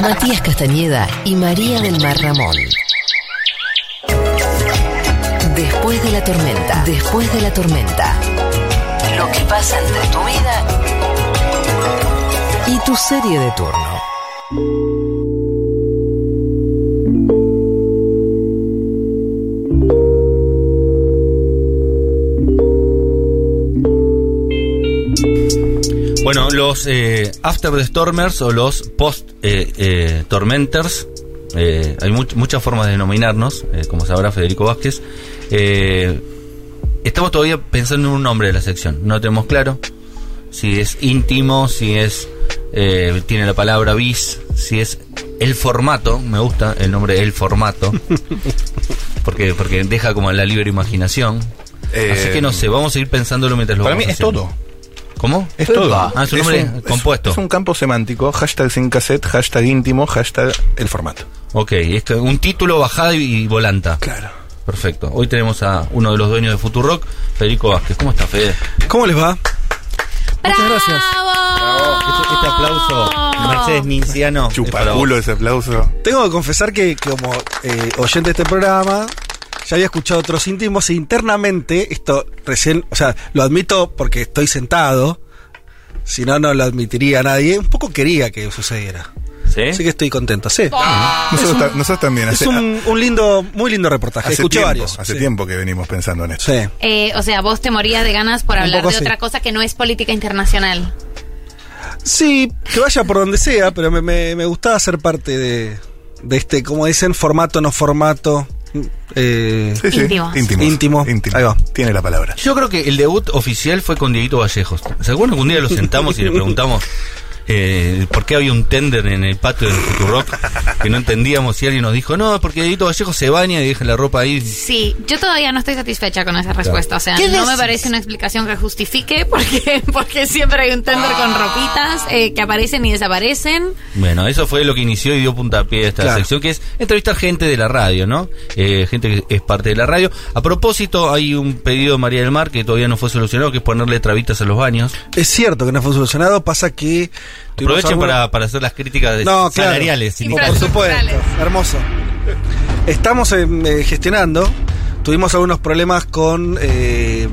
Matías Castañeda y María del Mar Ramón. Después de la tormenta, después de la tormenta. Lo que pasa entre tu vida y tu serie de turno. Bueno, los eh, After the Stormers o los Post eh, eh, Tormenters, eh, hay much- muchas formas de denominarnos, eh, como sabrá Federico Vázquez. Eh, estamos todavía pensando en un nombre de la sección, no tenemos claro si es íntimo, si es eh, tiene la palabra bis, si es el formato, me gusta el nombre el formato, porque, porque deja como la libre imaginación. Así que no sé, vamos a ir pensándolo mientras lo Eh, Para mí vamos es haciendo. todo. ¿Cómo? Es todo. Ah, es un nombre compuesto. Es un campo semántico. Hashtag sin cassette, hashtag íntimo, hashtag el formato. Ok, esto, un título, bajada y, y volanta. Claro. Perfecto. Hoy tenemos a uno de los dueños de Futurock, Federico Vázquez. ¿Cómo está, Fede? ¿Cómo les va? Muchas gracias. Este, este aplauso, Mercedes Minciano. es para vos. Chupaculo ese aplauso. Tengo que confesar que como eh, oyente de este programa, ya había escuchado otros íntimos e internamente, esto recién, o sea, lo admito porque estoy sentado, si no, no lo admitiría a nadie, un poco quería que sucediera. ¿Sí? Así que estoy contento, sí. Nosotros, ta- nosotros también. Es ¿Eh? Ah. Hace, un, un lindo, muy lindo reportaje, hace escuché tiempo, varios. hace sí. tiempo que venimos pensando en esto. Sí. Eh, o sea, vos te morías de ganas por Un hablar de poco sí. otra cosa que no es política internacional. Sí, que vaya por donde sea, pero me, me, me gustaba ser parte de, de este, como dicen, formato, no formato. eh, Sí, sí. Íntimos. Íntimos. Íntimo. Ahí va. Tiene la palabra. Yo creo que el debut oficial fue con Dieguito Vallejos. ¿Se acuerdan que un día lo sentamos y le preguntamos eh, por qué había un tender en el patio del Futurock? Que no entendíamos y alguien nos dijo, no, porque Dieguito Vallejos se baña y deja la ropa ahí. Sí, yo todavía no estoy satisfecha con esa respuesta. O sea, no me parece una explicación que justifique porque, porque siempre hay un tender con ropitas eh, que aparecen y desaparecen. Bueno, eso fue lo que inició y dio puntapié a esta Claro. sección, que es entrevistar gente de la radio, ¿no? Eh, gente que es parte de la radio. A propósito, hay un pedido de María del Mar que todavía no fue solucionado, que es ponerle trabitas a los baños. Es cierto que no fue solucionado, pasa que... tuvimos Aprovechen alguna- para, para hacer las críticas de- No, claro. salariales. Sí, sindicales. Por supuesto, hermoso. Estamos em, eh, gestionando, tuvimos algunos problemas con eh,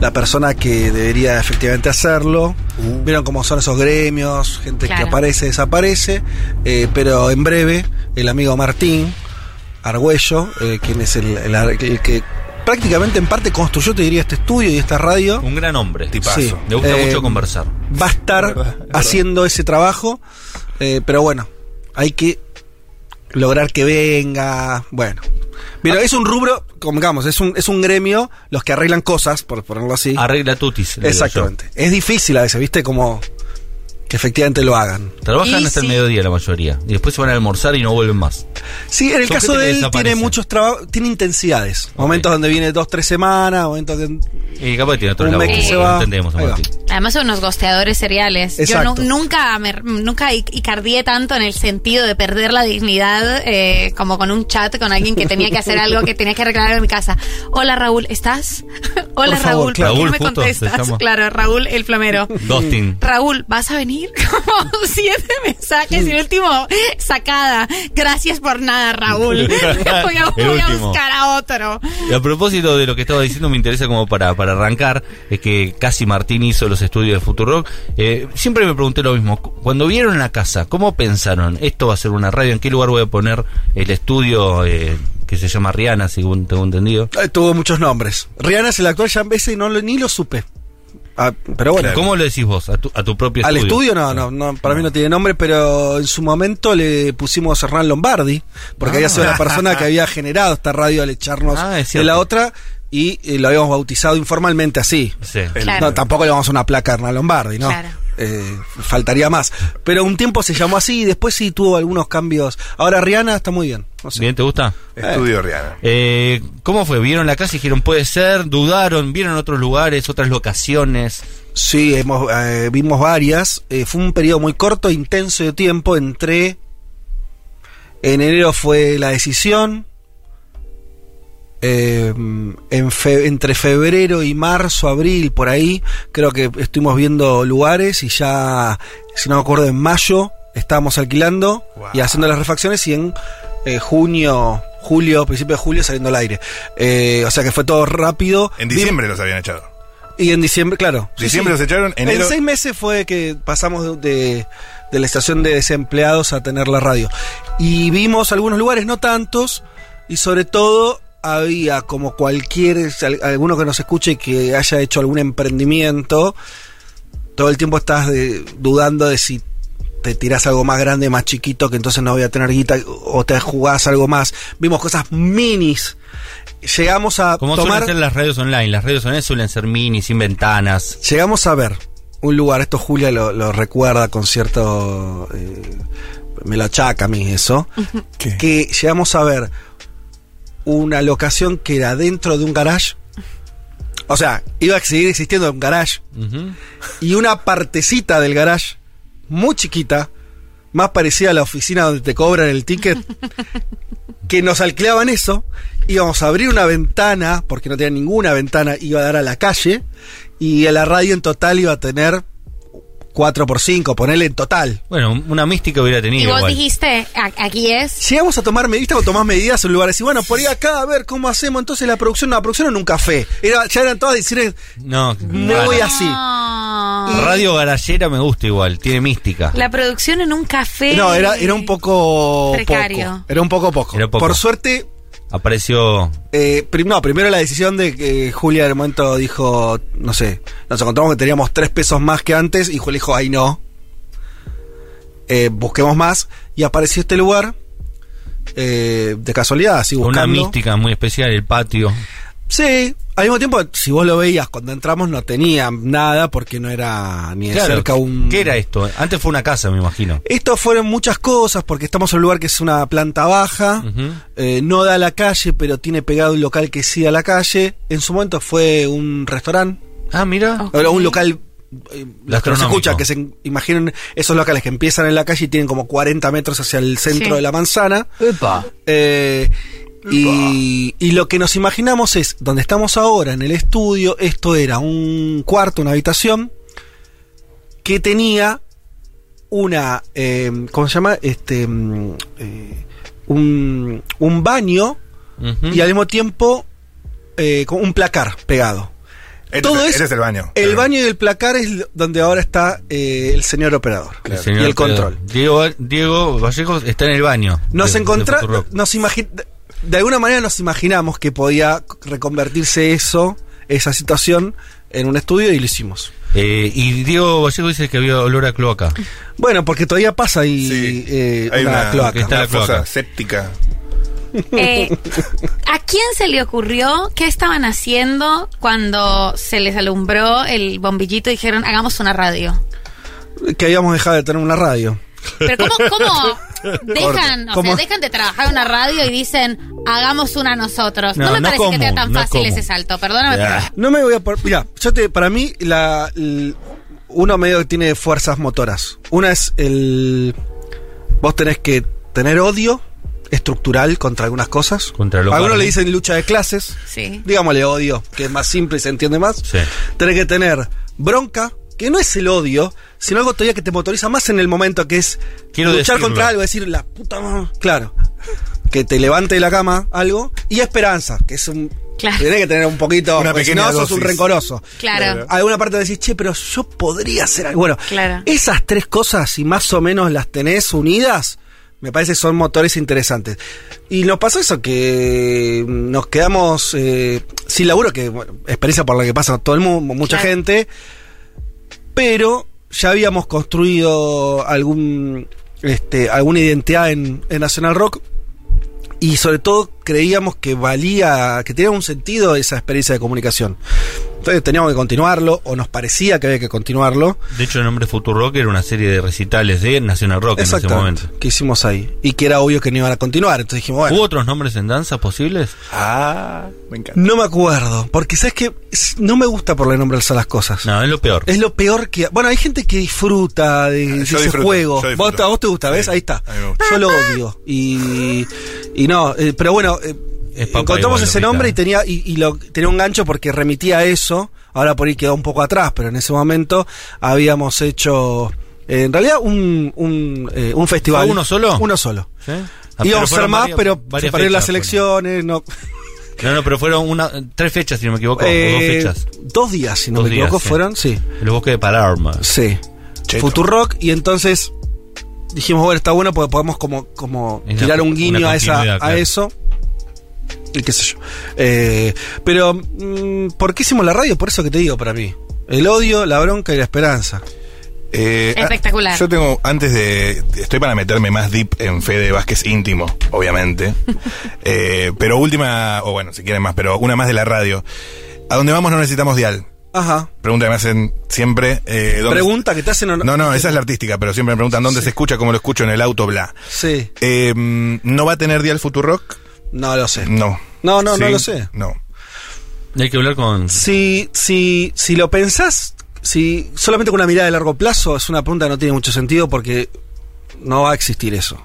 la persona que debería efectivamente hacerlo. Uh. Vieron cómo son esos gremios, gente que Claro. aparece, desaparece, eh, pero en breve el amigo Martín Argüello, eh, quien es el, el ar- el que prácticamente en parte construyó, te diría, este estudio y esta radio. Un gran hombre. Tipazo. Sí. Me gusta Eh, mucho conversar. va a estar haciendo ese trabajo, eh, pero bueno, hay que lograr que venga, bueno. Ah. Pero es un rubro, como digamos, es un, es un gremio, los que arreglan cosas, por ponerlo así. Arregla tutis. le Ah, digo Exactamente. Es difícil a veces, ¿viste? Como que efectivamente lo hagan. yo. Trabajan Y hasta sí. el mediodía la mayoría. Y después se van a almorzar y no vuelven más. Sí, en el Son caso gente que de él desaparece. tiene muchos trabajos, tiene intensidades. Momentos donde viene dos, tres semanas, momentos que... Y capaz que tiene otro Un laburo. mes que se lo va. entendemos a Ahí va. Martín. Además son unos gosteadores seriales. Exacto. Yo nu- nunca me- nunca hi- hicardié tanto en el sentido de perder la dignidad eh, como con un chat con alguien que tenía que hacer algo que tenía que reclamar en mi casa. Hola Raúl, ¿estás? Hola Por favor, Raúl, ¿por qué Raúl, no me justo, se contestas? llama. Claro, Raúl el plomero. Dustin. Raúl, ¿vas a venir? Como siete mensajes y el último, sacada. Gracias por nada, Raúl. Voy a, El voy a último. buscar a otro. Y a propósito de lo que estaba diciendo, me interesa como para, para arrancar, es que casi Martín hizo los estudios de Futurock. Eh, siempre me pregunté lo mismo. Cu- Cuando vieron la casa, ¿cómo pensaron? ¿Esto va a ser una radio? ¿En qué lugar voy a poner el estudio eh, que se llama Rihanna, según tengo entendido? Eh, Tuvo muchos nombres. Rihanna es el actual ya ese y no lo, ni lo supe. Ah, pero bueno, ¿Cómo lo decís vos? ¿A tu, a tu propio Al estudio? estudio no, no, no, para mí no tiene nombre, pero en su momento le pusimos Hernán Lombardi, porque había sido la persona que había generado esta radio al echarnos Ah, es de cierto. la otra y eh, lo habíamos bautizado informalmente así. Sí. Claro. No, tampoco le vamos a una placa a Hernán Lombardi, ¿no? Claro. Eh, faltaría más. Pero un tiempo se llamó así y después sí tuvo algunos cambios. Ahora Rihanna está muy bien. no sé. ¿Bien? ¿Te gusta? Estudio Rihanna. Eh, ¿Cómo fue? ¿Vieron la casa y dijeron puede ser? ¿Dudaron? ¿Vieron otros lugares, otras locaciones? Sí, hemos, eh, vimos varias. Eh, fue un periodo muy corto, intenso de tiempo. Entre. En enero fue la decisión. Eh, en fe- entre febrero y marzo, abril, por ahí, creo que estuvimos viendo lugares y ya, si no me acuerdo, en mayo estábamos alquilando Wow. y haciendo las refacciones y en eh, junio, julio, principio de julio saliendo al aire. Eh, o sea que fue todo rápido. En diciembre los habían echado. Y en diciembre, claro. Sí, Diciembre sí. los echaron, enero. En seis meses fue que pasamos de, de- de la estación de desempleados a tener la radio. Y vimos algunos lugares, no tantos, y sobre todo había como cualquier, al- alguno que nos escuche y que haya hecho algún emprendimiento, todo el tiempo estás de- dudando de si te tirás algo más grande, más chiquito, que entonces no voy a tener guita, o te jugás algo más. Vimos cosas minis. Llegamos a Como tomar... suelen ser las radios online, las radios online suelen ser mini, sin ventanas. Llegamos a ver un lugar, esto Julia lo, lo recuerda con cierto... eh, me lo achaca a mí eso, ¿Qué? que llegamos a ver una locación que era dentro de un garage. O sea, iba a seguir existiendo un garage Ujú. y una partecita del garage muy chiquita, más parecida a la oficina donde te cobran el ticket, que nos alquilaban eso, íbamos a abrir una ventana, porque no tenía ninguna ventana, iba a dar a la calle, y a la radio en total iba a tener 4x5, ponele en total. Bueno, una mística hubiera tenido. Y vos igual. dijiste, "A- aquí es. Llegamos a tomar medidas, cuando tomás medidas en lugares, y bueno, por ir acá a ver cómo hacemos entonces la producción, no, la producción en un café. Era, ya eran todas decisiones No, muy raro. así. Ah, No. Radio Garallera me gusta igual, tiene mística. La producción en un café. No, era, era un poco eh, Precario. poco. Era un poco poco. Era poco. Por suerte, Apareció. Eh, prim- no, primero la decisión de que Julia en el momento dijo, no sé, nos encontramos que teníamos tres pesos más que antes y Julia dijo, ay no, Eh, busquemos más y apareció este lugar eh, de casualidad, así buscando. Una mística muy especial, el patio. Sí, al mismo tiempo, si vos lo veías cuando entramos no tenía nada porque no era ni de cerca un... ¿Qué era esto? Antes fue una casa, me imagino. Esto fueron muchas cosas porque estamos en un lugar que es una planta baja. Ujú. Eh, no da a la calle, pero tiene pegado un local que sí da a la calle. En su momento fue un restaurante, Ah, mira. Oh. ahora un local. eh, Los que nos Gastronómico. escuchan, que se en- imaginen esos locales que empiezan en la calle y tienen como 40 metros hacia el centro Sí. de la manzana. Eh, y, y lo que nos imaginamos es, donde estamos ahora en el estudio, esto era un cuarto, una habitación, que tenía una, eh, ¿cómo se llama? Este, mm, eh, un, un baño Ujú. y al mismo tiempo eh, con un placar pegado. Este todo es, es- este es el baño. El baño y el placar es lo- donde ahora está eh, el señor operador El señor y Pedro. el control. Diego, Diego Vallejos está en el baño. de- Nos de encontramos, Futurock. nos imagi- de- de alguna manera nos imaginamos que podía reconvertirse eso, esa situación, en un estudio y lo hicimos. Eh, y Diego Vallejos dice que había olor a cloaca. Bueno, porque todavía pasa y Sí. eh, Hay una, una- cloaca. que está- Una la cloaca. fosa séptica. Eh, ¿A quién se le ocurrió qué estaban haciendo cuando se les alumbró el bombillito y dijeron, hagamos una radio? Que habíamos dejado de tener una radio. Pero ¿cómo, cómo dejan, o ¿Cómo? sea, dejan de trabajar una radio y dicen, hagamos una nosotros? No, No, me no parece que sea común, tan no fácil común. ese salto, perdóname. pero- Ah. No me voy a por- Mira, yo te, para mí, la, l- uno medio que tiene fuerzas motoras. Una es el. Vos tenés que tener odio estructural contra algunas cosas. Contra lo A Algunos malo. le dicen lucha de clases. Sí. Digámosle odio, que es más simple y se entiende más. Sí. Tenés que tener bronca, que no es el odio, sino algo todavía que te motoriza más en el momento, que es Quiero luchar decirlo. contra algo, decir la puta madre. Claro. Que te levante de la cama algo. Y esperanza, que es un. Claro. Tenés que tener un poquito. Una porque si pequeña no, sos un dosis. rencoroso. Claro. Alguna parte decís, che, pero yo podría hacer algo. Bueno, Claro. esas tres cosas, si más o menos las tenés unidas, me parece que son motores interesantes. Y nos pasó eso, que nos quedamos eh, sin laburo, que bueno, experiencia por la que pasa todo el mundo, mucha Claro. gente, pero ya habíamos construido algún este, alguna identidad en, en National Rock y sobre todo creíamos que valía, que tenía un sentido esa experiencia de comunicación. Entonces teníamos que continuarlo, o nos parecía que había que continuarlo. De hecho, el nombre Futurock era una serie de recitales de Nacional Rock en ese Exactamente, momento. que hicimos ahí. Y que era obvio que no iban a continuar. Entonces dijimos, bueno, ¿Hubo otros nombres en danza posibles? Ah, me encanta. no me acuerdo. Porque sabes que no me gusta ponerle nombre a las cosas. No, es lo peor. Es lo peor que. Bueno, hay gente que disfruta de, de ese disfruto, juego. Eh, yo disfruto. Vos, a vos te gusta, ¿ves? Sí, Ahí está. a mí me gusta. Yo lo odio. Y, y no, eh, pero bueno, eh, Es papá encontramos igual, ese Lupita. nombre y tenía y, y lo, tenía un gancho porque remitía a eso. Ahora por ahí quedó un poco atrás, pero en ese momento habíamos hecho Eh, en realidad, un, un, eh, un festival. ¿Fue uno solo? Uno solo. ¿Sí? Ah, y pero Íbamos a ser fueron más, varias- pero varias se perdieron las fechas elecciones. No, fueron. No, no, pero fueron una, tres fechas, si no me equivoco, o Oh, dos Eh, fechas. dos días, si no Dos me días, equivoco, sí. fueron, sí. El bosque de Palermo. Sí. Cheto. Futurock y entonces dijimos, bueno, está bueno porque podemos como, como Es una- tirar un guiño una a, esa, continuidad, a claro. eso. Y qué sé yo. Eh, pero, mm, ¿por qué hicimos la radio? Por eso que te digo para mí. El odio, la bronca y la esperanza. Eh, ah, Espectacular. yo tengo, antes de. Estoy para meterme más deep en Fede Vázquez íntimo, obviamente. Eh, pero última, o bueno, si quieren más, pero una más de la radio. A donde vamos no necesitamos dial. Ajá. Pregunta que me hacen siempre. eh, ¿dónde- Pregunta que te hacen o no. No, no, esa es la artística, pero siempre me preguntan dónde se escucha, cómo lo escucho en el auto, bla. Sí, Eh, ¿No va a tener dial Futurock? no lo sé. No. No, no, ¿Sí? no lo sé. No. Hay que hablar con. Si, si, si lo pensás, si solamente con una mirada de largo plazo, es una pregunta que no tiene mucho sentido porque no va a existir eso.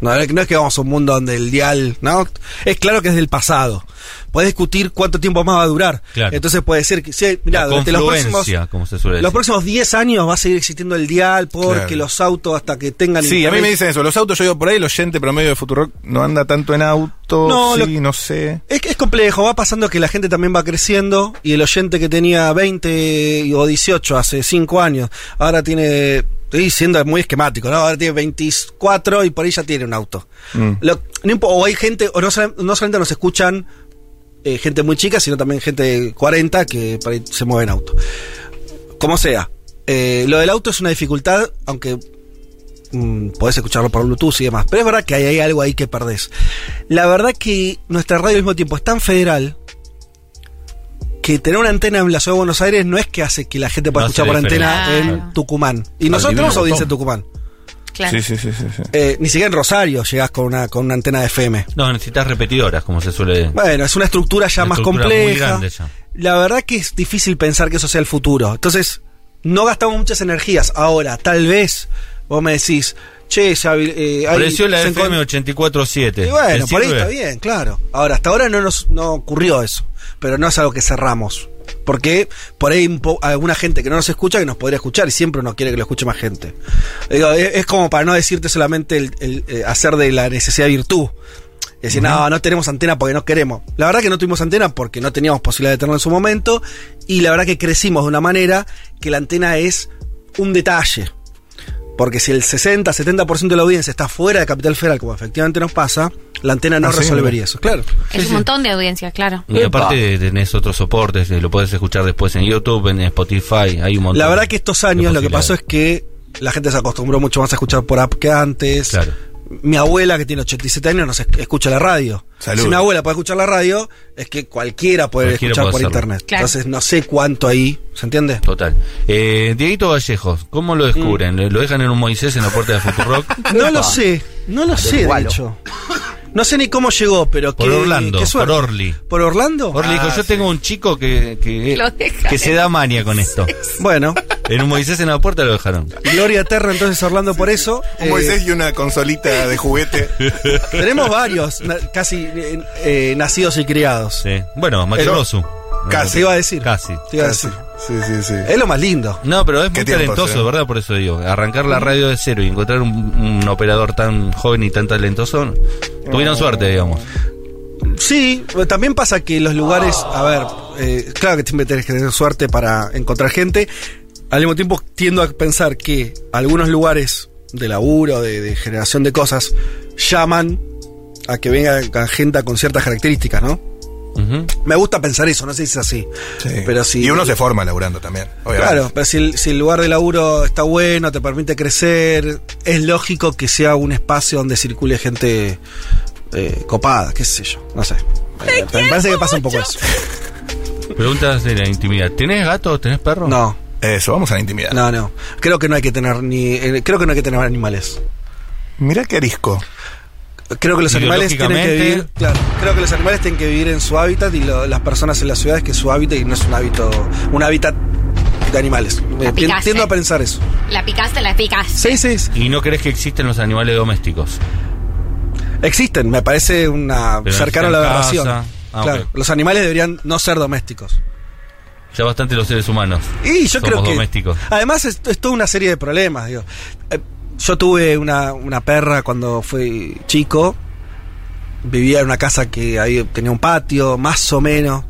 No, no es que vamos a un mundo donde el dial, ¿no? Es claro que es del pasado. Podés discutir cuánto tiempo más va a durar. Claro. Entonces puede ser que, sí, mirá, la durante los próximos, confluencia, como se suele decir. los próximos 10 años va a seguir existiendo el dial porque Claro. los autos hasta que tengan... Sí, a mí internet- me dicen eso. Los autos, yo digo por ahí, el oyente promedio de Futurock no anda tanto en auto. No, sí, lo- no sé. Es, es complejo, va pasando que la gente también va creciendo y el oyente que tenía 20 o 18 hace 5 años, ahora tiene, estoy siendo muy esquemático, ¿no? ahora tiene 24 y por ahí ya tiene un auto. Mm. Lo- no impo- o hay gente, o no, sol- no solamente nos escuchan eh, gente muy chica, sino también gente de 40 que por ahí se mueve en auto. Como sea, eh, lo del auto es una dificultad, aunque mm, podés escucharlo por Bluetooth y demás. Pero es verdad que hay, hay algo ahí que perdés. La verdad que nuestra radio al mismo tiempo es tan federal que tener una antena en la ciudad de Buenos Aires no es que hace que la gente pueda No hace escuchar por antena diferencia. en Claro. Tucumán. Y Al divino nosotros tenemos botón. audiencia en Tucumán. Claro. Sí, sí, sí, sí. sí. Eh, ni siquiera en Rosario llegás con una, con una antena de FM. No, necesitas repetidoras, como se suele. Bueno, es una estructura ya Una más estructura muy compleja. grande ya. La verdad que es difícil pensar que eso sea el futuro. Entonces, no gastamos muchas energías. Ahora, tal vez vos me decís, che, ya, vi- eh, hay- Apareció la se encon- FM 847. Y bueno, ¿Te por ahí sirve? está bien, claro. Ahora, hasta ahora no nos no ocurrió eso, pero no es algo que cerramos. Porque por ahí un po- alguna gente que no nos escucha que nos podría escuchar y siempre uno quiere que lo escuche más gente. Digo, es, es como para no decirte solamente el, el, eh, hacer de la necesidad virtud. Y Decir, no, no tenemos antena porque no queremos. La verdad que no tuvimos antena porque no teníamos posibilidad de tenerla en su momento. Y la verdad que crecimos de una manera que la antena es un detalle. Porque si el 60, 70% de la audiencia está fuera de Capital Federal, como efectivamente nos pasa, la antena no Ah, sí, resolvería mira. eso. Claro. Es un montón de audiencia, claro. Y aparte tenés otros soportes, eh, lo podés escuchar después en YouTube, en Spotify, hay un montón. La verdad que estos de años lo que pasó posibilidades. es que la gente se acostumbró mucho más a escuchar por app que antes. Claro. Mi abuela, que tiene 87 años, nos es- escucha la radio. Salud. Si una abuela puede escuchar la radio, es que cualquiera puede Cualquiera escuchar puede por hacerlo. internet. Claro. Entonces no sé cuánto ahí, ¿se entiende? Total. Eh, Dieguito Vallejos, ¿cómo lo descubren? Mm. ¿Lo- ¿Lo dejan en un Moisés en la puerta de Futurock? No lo sé, no lo sé, de Gualo. hecho. No sé ni cómo llegó, pero Por qué- Orlando, qué por suerte. Orly. ¿Por Orlando? Orly dijo, yo tengo un chico que, que, Ah, eh, Lo dejan que se da manía con esto. Ah, Bueno, En un Moisés en la puerta lo dejaron. Gloria Terra entonces a Orlando por eso. Un Eh, Moisés y una consolita de juguete. Tenemos varios, na- casi eh, eh, nacidos y criados. Sí. Bueno, Macrosu. Casi. Te iba a decir. Casi. Te iba a decir. Ah, Sí, sí, sí. Es lo más lindo. No, pero es muy Qué tiempos, talentoso, eh. ¿verdad? Por eso digo, arrancar la radio de cero y encontrar un, un operador tan joven y tan talentoso, tuvieron suerte, digamos. Sí, pero también pasa que los lugares, a ver, eh, claro que siempre tenés que tener suerte para encontrar gente. Al mismo tiempo tiendo a pensar que algunos lugares de laburo, de, de generación de cosas, llaman a que venga gente con ciertas características, ¿no? Ujú. Me gusta pensar eso, no sé si es así. Sí. Pero si Y uno se forma laburando también. obviamente. Claro, pero si el, si el lugar de laburo está bueno, te permite crecer, es lógico que sea un espacio donde circule gente eh, copada, qué sé yo, no sé. Eh, Me, parece que pasa un poco eso. Preguntas de la intimidad. ¿Tenés gato? ¿Tenés perro? No, Eso, vamos a la intimidad. no, no. Creo que no hay que tener ni, eh, creo que no hay que tener animales. Mirá qué arisco. Creo que los animales tienen que Ideológicamente. vivir, claro, creo que los animales tienen que vivir en su hábitat y lo- las personas en las ciudades que es su hábitat y no es un hábito, un hábitat de animales. Eh, Picasso. Tiendo a pensar eso. La picaste, la picaste. Sí, sí, sí. ¿Y no crees que existen los animales domésticos? Existen, me parece una Pero cercano a la necesitan aberración. casa. Ah, claro, ok. los animales deberían no ser domésticos. Ya bastante los seres humanos. Y yo somos creo que. domésticos. Además, es, es toda una serie de problemas, digo. Eh, Yo tuve una, una perra cuando fui chico. Vivía en una casa que ahí tenía un patio, más o menos.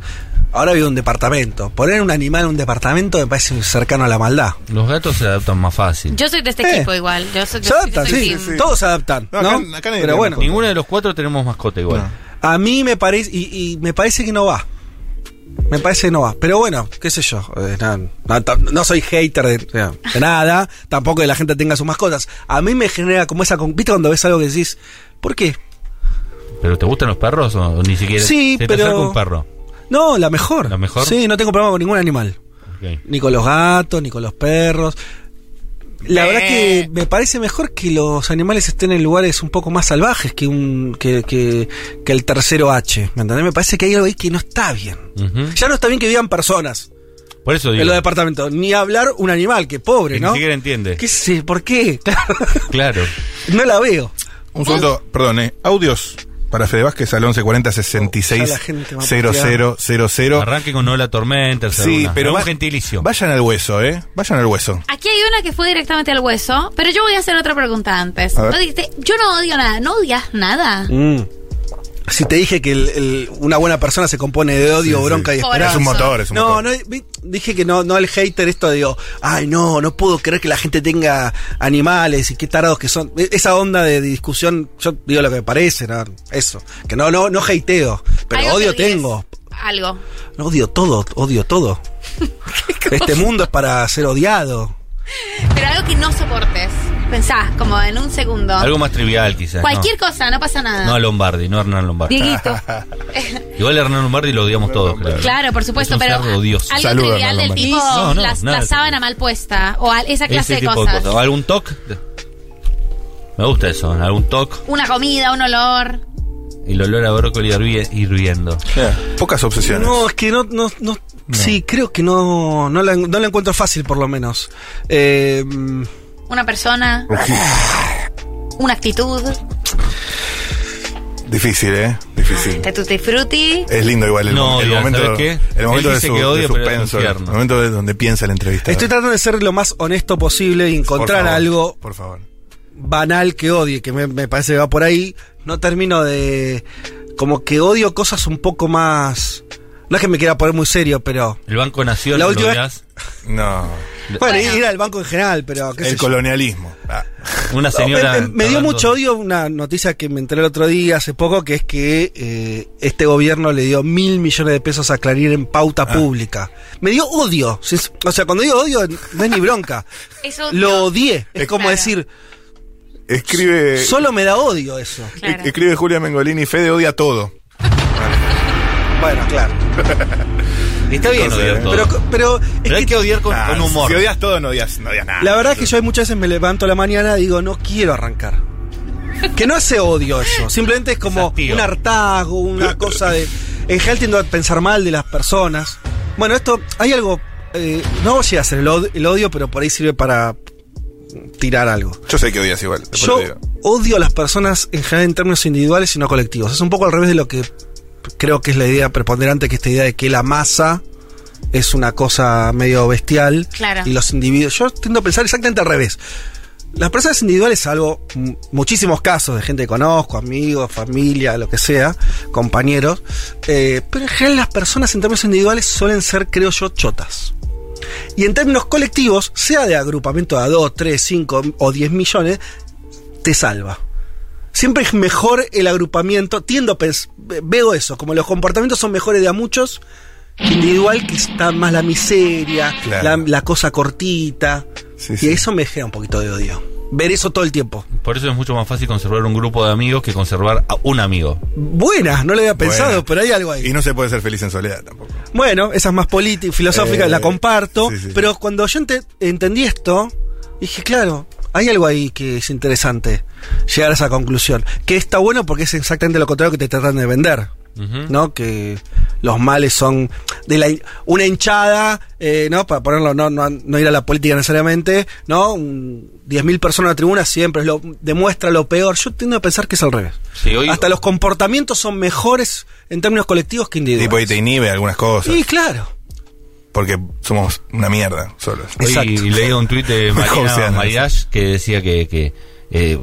Ahora vivo en un departamento. Poner un animal en un departamento me parece cercano a la maldad. Los gatos se adaptan más fácil. Yo soy de este Eh. equipo igual. Yo soy, este yo Se adaptan, soy sí, team- sí. Todos se adaptan, No, ¿no? acá- acá nadie tiene Pero bueno, mascota. Ninguno de los cuatro tenemos mascota igual. a mí me parece, y, y me parece que no va. Me parece que no va. Pero bueno, qué sé yo. eh, no, no, ta- no soy hater de, o sea, de nada. Tampoco que la gente tenga sus mascotas. A mí me genera como esa... con- ¿Viste cuando ves algo que decís, ¿por qué? ¿Pero te gustan los perros o, o ni siquiera? Sí, se te pero- acerca un perro. No, la mejor. ¿La mejor? Sí, no tengo problema con ningún animal. Ok. Ni con los gatos, ni con los perros. La Eh. verdad que me parece mejor que los animales estén en lugares un poco más salvajes que un que, que, que el tercero H. ¿Me entendés? Me parece que hay algo ahí que no está bien. Ujú. Ya no está bien que vivan personas Por eso digo. en los departamentos. Ni hablar un animal, que pobre, que ¿no? Ni siquiera entiende. ¿Qué sé? ¿Por qué? Claro, Claro. no la veo. Un sueldo, perdón, eh, audios para Fede Vázquez al 1140 Oh, 66 ya la gente va a 0000. Arranque con Ola Tormenta. Sí, pero un va- gentilicio. Vayan al hueso, ¿eh? Vayan al hueso. Aquí hay una que fue directamente al hueso, pero yo voy a hacer otra pregunta antes. A ver. No dijiste, yo no odio nada, no odias nada. Mm. Si te dije que el- el- una buena persona se compone de odio, Sí, bronca sí. y Corazón. esperanza. Es un motor, es un No, motor. no, vi- dije que no, no el hater esto digo, ay no, no puedo creer que la gente tenga animales y qué tarados que son. E- Esa onda de discusión, yo digo lo que me parece, no, eso. Que no, no, no hateo, pero Algo que odio odies. tengo. Algo. No, odio todo, odio todo. este mundo es para ser odiado. Pero algo que no soportes. Pensá, como en un segundo. Algo más trivial quizás. Cualquier cosa, no pasa no. nada. No a Lombardi, no a Hernán Lombardi. Dieguito. Igual a Hernán Lombardi lo odiamos todos, creo. Claro, por supuesto, Es un pero cerdo odioso. algo Saluda, Hernán trivial del Lombardi. tipo No, no, la, nada. la sábana mal puesta o al- esa clase Ese de tipo cosas. de cosas. ¿Algún toque? Me gusta eso, algún toque. Una comida, un olor. Y el olor a brócoli hirvi- hirviendo. Pocas obsesiones. No, es que no, no, no- sí, creo que no, no la, no la encuentro fácil por lo menos. Eh, mm, una persona, una actitud, Difícil, ¿eh? Difícil. de tutti frutti. Es lindo igual el, No, mom- el odia, momento, ¿sabes qué? El momento Él de, dice su- que odia, de pero es un suspenso, el tierno. momento de donde piensa el entrevistado. estoy tratando de ser lo más honesto posible y Por encontrar favor, algo Por favor. banal que odie, que me, me parece que va por ahí. No termino de. Como que odio cosas un poco más. No es que me quiera poner muy serio, pero. El Banco Nación, La ¿lo última- odias? No. Bueno, Bueno. ir al banco en general, pero. qué sé El yo. Oh, colonialismo. Ah, Una señora... Me- me, me dio hablando- mucho odio una noticia que me enteré el otro día, hace poco, que es que eh, este gobierno le dio mil millones de pesos a Clarín en pauta pública. Me dio odio. Si es- O sea, cuando digo odio, no es ni bronca. Eso Lo odié. Es Es- como Claro. decir, Escribe, solo me da odio eso. Claro. e- escribe Julia Mengolini, Fede odia todo. Bueno, claro. Está bien Entonces, odiar ¿eh? todo. Pero, pero es Pero hay que- que odiar con, Ah, con humor. Si odias todo, no odias, no odias nada. La verdad es que yo muchas veces me levanto a la mañana y digo, no quiero arrancar. Que no hace odio eso, simplemente es como Desafío. un hartazgo, una cosa de... En general tiendo a pensar mal de las personas. Bueno, esto, hay algo... eh, no llega a ser el, od- el odio, pero por ahí sirve para tirar algo. Yo sé que odias igual. después Yo te digo. odio a las personas en general en términos individuales y no colectivos. Es un poco al revés de lo que creo que es la idea preponderante, que esta idea de que la masa es una cosa medio bestial. Claro. Y los individuos. Yo tiendo a pensar exactamente al revés. Las personas individuales, salvo mm, muchísimos casos de gente que conozco, amigos, familia, lo que sea, compañeros, eh, pero en general las personas en términos individuales suelen ser, creo yo, chotas. Y en términos colectivos, sea de agrupamiento de a 2, 3, 5 o 10 millones, te salva. Siempre es mejor el agrupamiento. Tiendo a pens- ve- veo eso, como los comportamientos son mejores de a muchos, que individual que está más la miseria, Claro. la, la cosa cortita. Sí, y sí. eso me genera un poquito de odio. Ver eso todo el tiempo. Por eso es mucho más fácil conservar un grupo de amigos que conservar a un amigo. Buena, no lo había pensado, Buena. pero hay algo ahí. Y no se puede ser feliz en soledad tampoco. Bueno, esa es más política, filosófica, Eh, la comparto. sí, sí. Pero cuando yo ente- entendí esto, dije, claro, hay algo ahí que es interesante llegar a esa conclusión. Que está bueno porque es exactamente lo contrario que te tratan de vender. Ujú. ¿No? Que los males son de la hin- una hinchada, eh, ¿no? Para ponerlo, no, no, no ir a la política necesariamente, ¿no? Un- 10.000 personas en la tribuna siempre es lo, demuestra lo peor. Yo tiendo a pensar que es al revés. Sí, hoy- Hasta los comportamientos son mejores en términos colectivos que Tipo, individuales. ahí te inhibe algunas cosas. Sí, claro. porque somos una mierda solos. Hoy Exacto. leí un tuit de Marina Hausiana, Mariach que decía que, que, eh,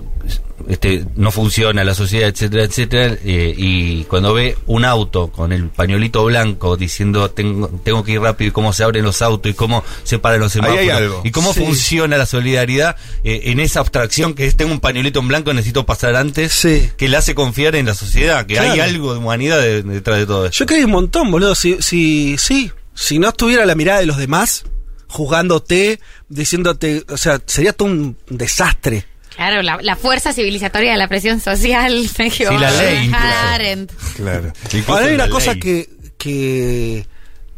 este, no funciona la sociedad, etcétera, etcétera. eh, y cuando ve un auto con el pañuelito blanco diciendo tengo, tengo que ir rápido y cómo se abren los autos y cómo se paran los semáforos hay algo. y cómo Sí. funciona la solidaridad eh, en esa abstracción que es tengo un pañuelito en blanco, necesito pasar antes, Sí. que le hace confiar en la sociedad, que hay Claro. algo de humanidad de- detrás de todo esto. Yo creo que hay un montón, boludo. Si, si, sí, si no estuviera la mirada de los demás, juzgándote, diciéndote, o sea, sería todo un desastre. Claro, la, la fuerza civilizatoria de la presión social, Sergio. Sí, la ley, Hannah incluso. Arendt. Claro. Incluso Ahora hay en una la cosa ley. que, que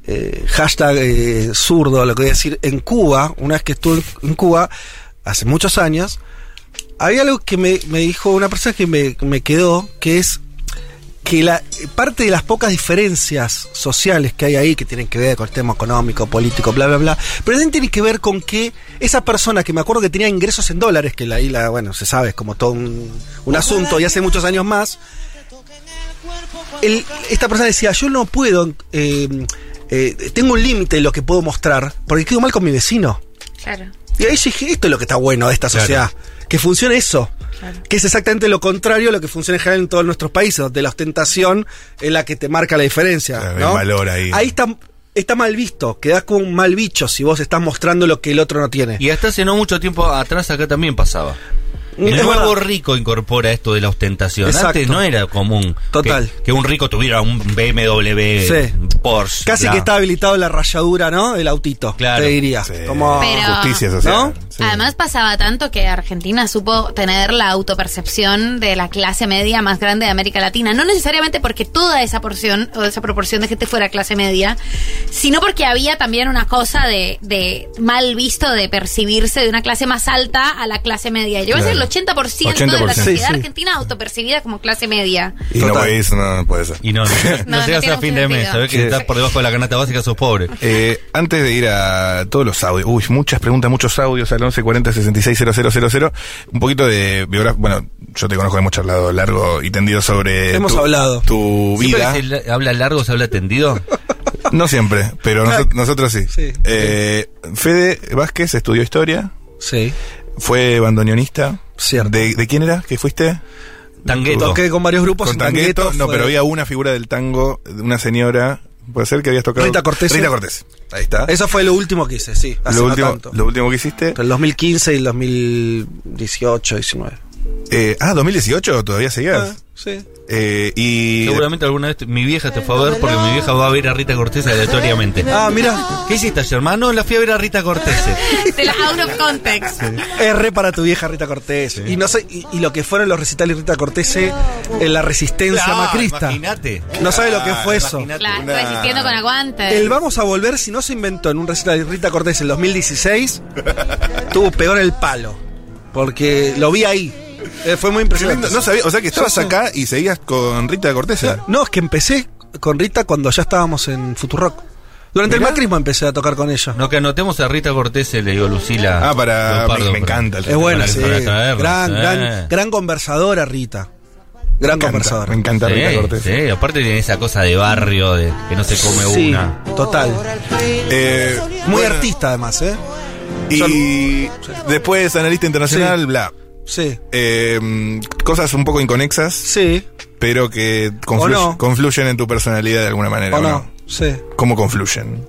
eh, hashtag eh, zurdo, lo que voy a decir, en Cuba, una vez que estuve en Cuba, hace muchos años, había algo que me, me dijo una persona que me, me quedó, que es que la parte de las pocas diferencias sociales que hay ahí, que tienen que ver con el tema económico, político, bla, bla, bla, pero también tiene que ver con que esa persona que me acuerdo que tenía ingresos en dólares, que la isla, bueno, se sabe, es como todo un, un asunto, y hace muchos años más, el- esta persona decía, yo no puedo, eh, eh, tengo un límite de lo que puedo mostrar, porque quedo mal con mi vecino. Claro. Y ahí dije, esto es lo que está bueno de esta Claro. sociedad, que funcione eso. Claro. Que es exactamente lo contrario a lo que funciona en general en todos nuestros países, donde la ostentación es la que te marca la diferencia. Claro, ¿no? el valor ahí. está, está mal visto, quedás como un mal bicho si vos estás mostrando lo que el otro no tiene. Y hasta hace no mucho tiempo atrás acá también pasaba. El Es nuevo verdad. rico incorpora esto de la ostentación. Exacto. Antes no era común Total. que, que un rico tuviera un BMW, Sí. Porsche. Casi bla. que está habilitado la rayadura, ¿no? El autito, Claro. te diría. Sí. Como... Pero- Justicia social. ¿No? Sí. Además pasaba tanto que Argentina supo tener la autopercepción de la clase media más grande de América Latina. No necesariamente porque toda esa porción o esa proporción de gente fuera clase media, sino porque había también una cosa de, de mal visto de percibirse de una clase más alta a la clase media. Yo Claro. el 80%, de la 80%. sociedad Sí, sí. argentina autopercibida como clase media. Y no Total. podéis, no, no puede ser. Y no, no, No, no llegas tiene a fin de sentido. mes. Sabés que Sí. estás por debajo de la canasta básica, sos pobre. Eh, antes de ir a todos los audios, uy, muchas preguntas, muchos audios al 1140 66 000, un poquito de biografía, bueno, yo te conozco, hemos charlado largo y tendido sobre Hemos tu, hablado. tu Siempre vida, que se la- habla largo, se habla tendido. no siempre, pero Claro. noso- nosotros sí. Sí. Eh, Fede Vázquez estudió historia, Sí. fue bandoneonista, Cierto. ¿De, de quién era que fuiste? Tangueto. Toqué con varios grupos. Con en Tangueto, no, fue- pero había una figura del tango, de una señora, puede ser que habías tocado. Rita Cortés. ¿eh? Rita Cortés, ahí está. Eso fue lo último que hice, sí. Hace lo, no último, tanto. lo último que hiciste. Entre el 2015 y el 2018, 19. Eh, ah, 2018, todavía seguías. sí. Eh, y Seguramente alguna vez te- mi vieja te fue a ver porque mi vieja va a ver a Rita Cortés aleatoriamente. Ah, mira. ¿Qué hiciste ayer, hermano? La fui a ver a Rita Cortés. De la out of context. R para tu vieja Rita Cortés. Y no sé, y, y lo que fueron los recitales de Rita Cortés en la resistencia Ah, macrista. Imagínate. No sabe lo que Ah, fue eso. imagínate. Claro, Una- resistiendo con aguante. El Vamos a Volver, si no se inventó en un recital de Rita Cortés en 2016, tuvo peor el palo. Porque lo vi ahí. Eh, fue Qué lindo. muy impresionante. No sabía, o sea que estabas acá y seguías con Rita Cortesa. No, es que empecé con Rita cuando ya estábamos en Futurock. Durante Mirá. el macrismo empecé a tocar con ella. No, que anotemos a Rita Cortés, le digo Lucila. Ah, para. Leopardo, me, me pero- encanta. el Es buena, Para- sí. Pues para traerla, eh. gran, sí. gran, gran conversadora, Rita. Gran Me encanta, conversadora. me encanta Rita Sí, Cortés. sí, aparte tiene esa cosa de barrio, de que no se come Sí, una. total. Eh, Muy bueno, artista, además, ¿eh? Y después analista internacional, Sí. bla. Sí. Eh, cosas un poco inconexas, Sí. pero que conflu- O no. confluyen en tu personalidad de alguna manera. ¿O ¿o no? no? Sí. ¿Cómo confluyen?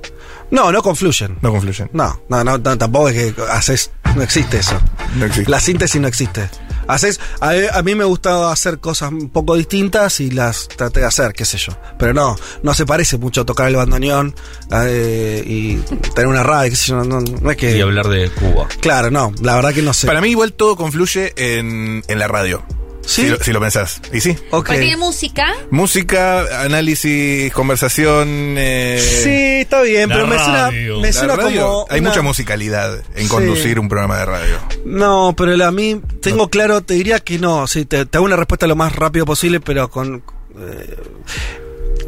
No, no confluyen. No confluyen. No, no, no, no, tampoco es que haces. No existe eso. No existe. La síntesis no existe. Haces, a, a mí me gustaba hacer cosas un poco distintas y las traté de hacer, qué sé yo. Pero no, no se parece mucho a tocar el bandoneón eh, y tener una radio, qué sé yo. No, no es que. Y hablar de Cuba. Claro, no, la verdad que no sé. Para mí, igual todo confluye en, en la radio. ¿Sí? Si lo, si lo pensás. Y sí. Ok. Porque tiene música. Música, análisis, conversación. eh, Sí, está bien, La pero me suena, radio. me la suena radio. como. Hay una- mucha musicalidad en Sí. conducir un programa de radio. No, pero la- a mí tengo claro, te diría que no. Sí, te, te hago una respuesta lo más rápido posible, pero con. eh,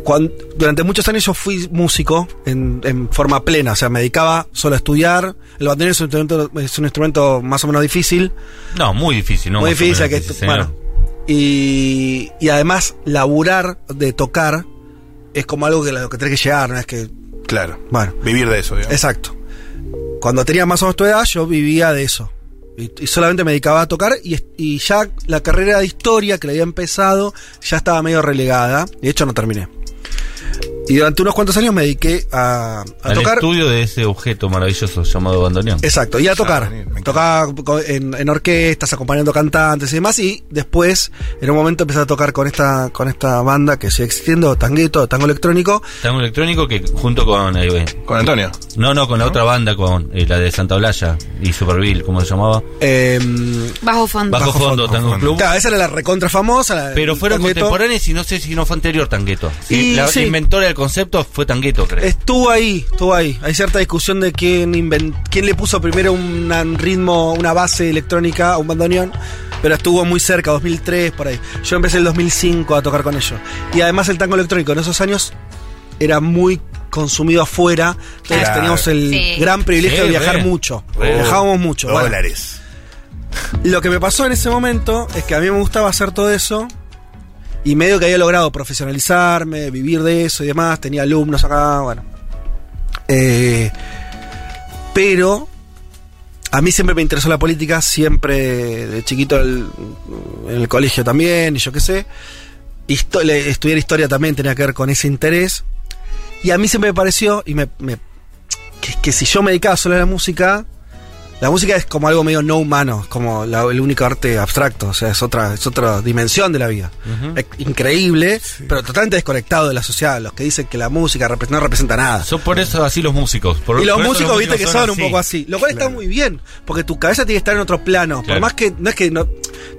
cuan- durante muchos años yo fui músico en, en forma plena, o sea, me dedicaba solo a estudiar. El bandoneón es un instrumento, es un instrumento más o menos difícil. No, muy difícil, ¿no? muy Más o difícil, menos, que sí, señor. bueno, y, y además laburar de tocar es como algo que lo que tenés que llegar, no es que Claro. Bueno. Vivir de eso, digamos. Exacto. Cuando tenía más o menos tu edad, yo vivía de eso. Y, y solamente me dedicaba a tocar y, es- y ya la carrera de historia que le había empezado ya estaba medio relegada. De hecho, no terminé. Y durante unos cuantos años me dediqué a, a Al tocar. estudio de ese objeto maravilloso llamado bandoneón. Exacto, y a tocar. venir, me Tocaba co- en, en orquestas, acompañando cantantes y demás. Y después, en un momento, empecé a tocar con esta, con esta banda que sigue existiendo, Tangueto, Tango Electrónico. Tango electrónico que junto con... eh, Con Antonio. no, no, con la otra banda, con eh, la de Santa Olalla y Superville, como se llamaba. Eh, Em, Bajo fondo. Bajo, Bajo Fondo, Fondo, Tango Fondo. Club. claro, esa era la recontra famosa. la- Pero fueron Tangueto. contemporáneos y no sé si no fue anterior Tangueto. Sí, Y la sí. inventora del concepto fue Tangueto, creo. Estuvo ahí, estuvo ahí. Hay cierta discusión de quién, inven- quién le puso primero un un ritmo, una base electrónica a un bandoneón, pero estuvo muy cerca, 2003, por ahí. Yo empecé el 2005 a tocar con ellos. Y además el tango electrónico en esos años era muy consumido afuera, entonces Claro. teníamos el Sí. gran privilegio Sí, de viajar re. Uh. mucho. Re. Viajábamos mucho. Bueno, Dólares. lo que me pasó en ese momento es que a mí me gustaba hacer todo eso y medio que había logrado profesionalizarme, vivir de eso y demás, tenía alumnos acá, bueno. Eh, pero a mí siempre me interesó la política, siempre de chiquito el- en el colegio también, y yo qué sé. Histo- le- estudiar historia también tenía que ver con ese interés. Y a mí siempre me pareció, y me, me- que, que si yo me dedicaba solo a la música, la música es como algo medio no humano, es como la- el único arte abstracto, o sea, es otra, es otra dimensión de la vida. Es increíble, pero totalmente desconectado de la sociedad, los que dicen que la música repre- no representa nada. Son por eso así los músicos. por- Y los por eso músicos, viste, que son, un poco así. Lo cual está muy bien, porque tu cabeza tiene que estar en otro plano. Claro. Por más que no es que no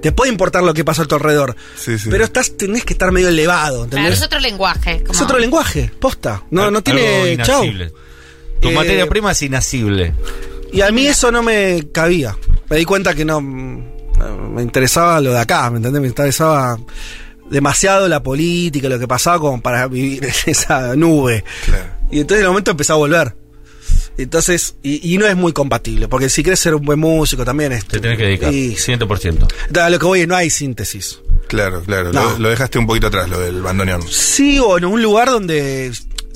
te puede importar lo que pasa a tu alrededor, Sí, sí. pero estás tenés que estar medio elevado, Claro, ¿entendés? es otro lenguaje. como- es otro lenguaje, posta. No, Al- no tiene algo chau. inasible. Tu Eh, materia prima es inasible. Y a mí eso no me cabía. Me di cuenta que no mm, me interesaba lo de acá, ¿me entendés? Me interesaba demasiado la política, lo que pasaba como para vivir en esa nube. Claro. Y entonces en el momento empezó a volver. Entonces, y, y no es muy compatible, porque si quieres ser un buen músico también es. Te tenés que dedicar. y- 100%. a lo que voy, es, no hay síntesis. Claro, claro. No. Lo, lo dejaste un poquito atrás, lo del bandoneón. Sí, o en un lugar donde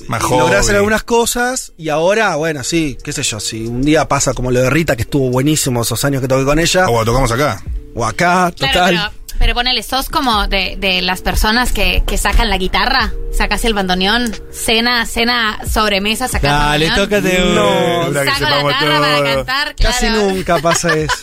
Más lográs hacer hobby. algunas cosas y ahora, bueno, sí, qué sé yo, si un día pasa como lo de Rita, que estuvo buenísimo esos años que toqué con ella, Ah, bueno, tocamos acá. o acá, total. Claro, pero, pero ponele, sos como de, de las personas que, que sacan la guitarra, sacas el bandoneón, cena, cena, sobremesa, sacas el bandoneón. No, Ahora que Saco la sepamos guitarra para todo. cantar, Casi claro. nunca pasa eso.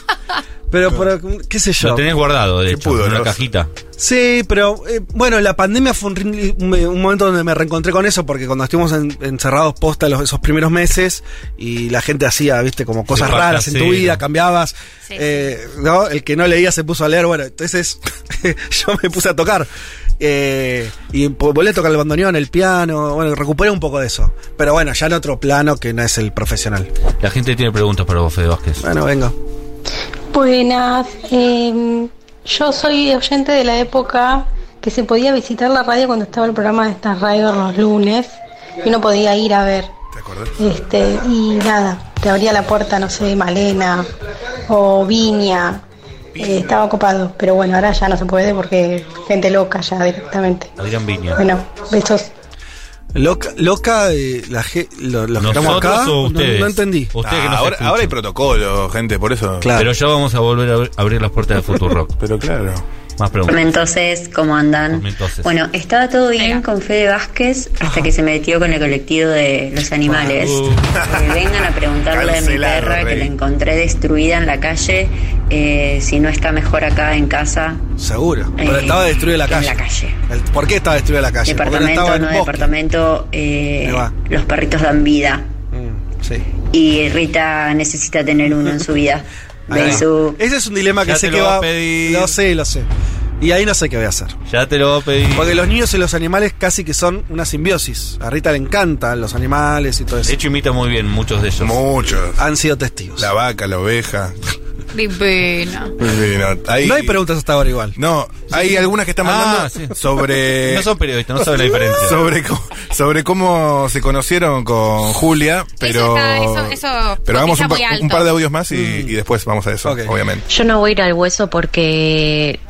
Pero, pero, qué sé yo. Lo tenés guardado, de Qué hecho, en una pudoroso. cajita. Sí, pero eh, bueno, la pandemia fue un, rin- un- eh, un momento donde me reencontré con eso, porque cuando estuvimos en- encerrados posta los, esos primeros meses y la gente hacía, viste, como cosas pasa, raras en tu sí. vida, cambiabas, Sí, eh, ¿no? El que no leía se puso a leer, bueno, entonces yo me puse a tocar. eh, y po- volví a tocar el bandoneón, el piano, bueno, recuperé un poco de eso. Pero bueno, ya en otro plano que no es el profesional. La gente tiene preguntas para vos, Fede Vázquez. Bueno, vengo. Buenas, eh, yo soy oyente de la época que se podía visitar la radio cuando estaba el programa de estas radios los lunes y uno podía ir a ver. ¿Te acordás? Este, y nada, te abría la puerta, no sé, Malena o Viña. eh, estaba copado, pero bueno, ahora ya no se puede porque gente loca ya directamente. Adrián Viña. Bueno, besos. Loca, loca eh, la, ge- lo- los que estamos ¿Nosotros acá, o no, ustedes? no entendí. Ustedes que Ah, nos ahora, escuchan. ahora hay protocolo, gente, por eso. Claro. Pero ya vamos a volver a abrir- abrir las puertas de Futurock. Pero claro. Más preguntas. Entonces, ¿cómo andan? Tormentoses. Bueno, estaba todo bien Venga. con Fede Vázquez hasta que se metió con el colectivo de los animales. Uh. Eh, vengan a preguntarle a mi Cancelado, perra que rey. la encontré destruida en la calle, eh, si no está mejor acá en casa. Seguro. Eh, Pero estaba destruida la en calle. la calle. El- ¿Por qué estaba destruida la calle? Porque no departamento, no, estaba en bosque. departamento, eh, Ahí va. los perritos dan vida. Mm, sí. Y Rita necesita tener uno en su vida. Ahí va. Besu. Ese es un dilema que Ya sé te que lo va va. a pedir. Lo sé, lo sé. Y ahí no sé qué voy a hacer. Ya te lo voy a pedir. Porque los niños y los animales casi que son una simbiosis. A Rita le encantan los animales y todo eso. De hecho, imita muy bien muchos de ellos. Muchos. Han sido testigos. La vaca, la oveja. Divino. Sí, no, hay, No hay preguntas hasta ahora igual. No, hay algunas que están mandando Ah, sí. sobre. No son periodistas, no saben la diferencia. sobre, cómo- sobre cómo se conocieron con Julia, pero. está- eso- eso pero hagamos cotiza un, pa- muy alto. un par de audios más y, y después vamos a eso, Ok. obviamente. Yo no voy a ir al hueso porque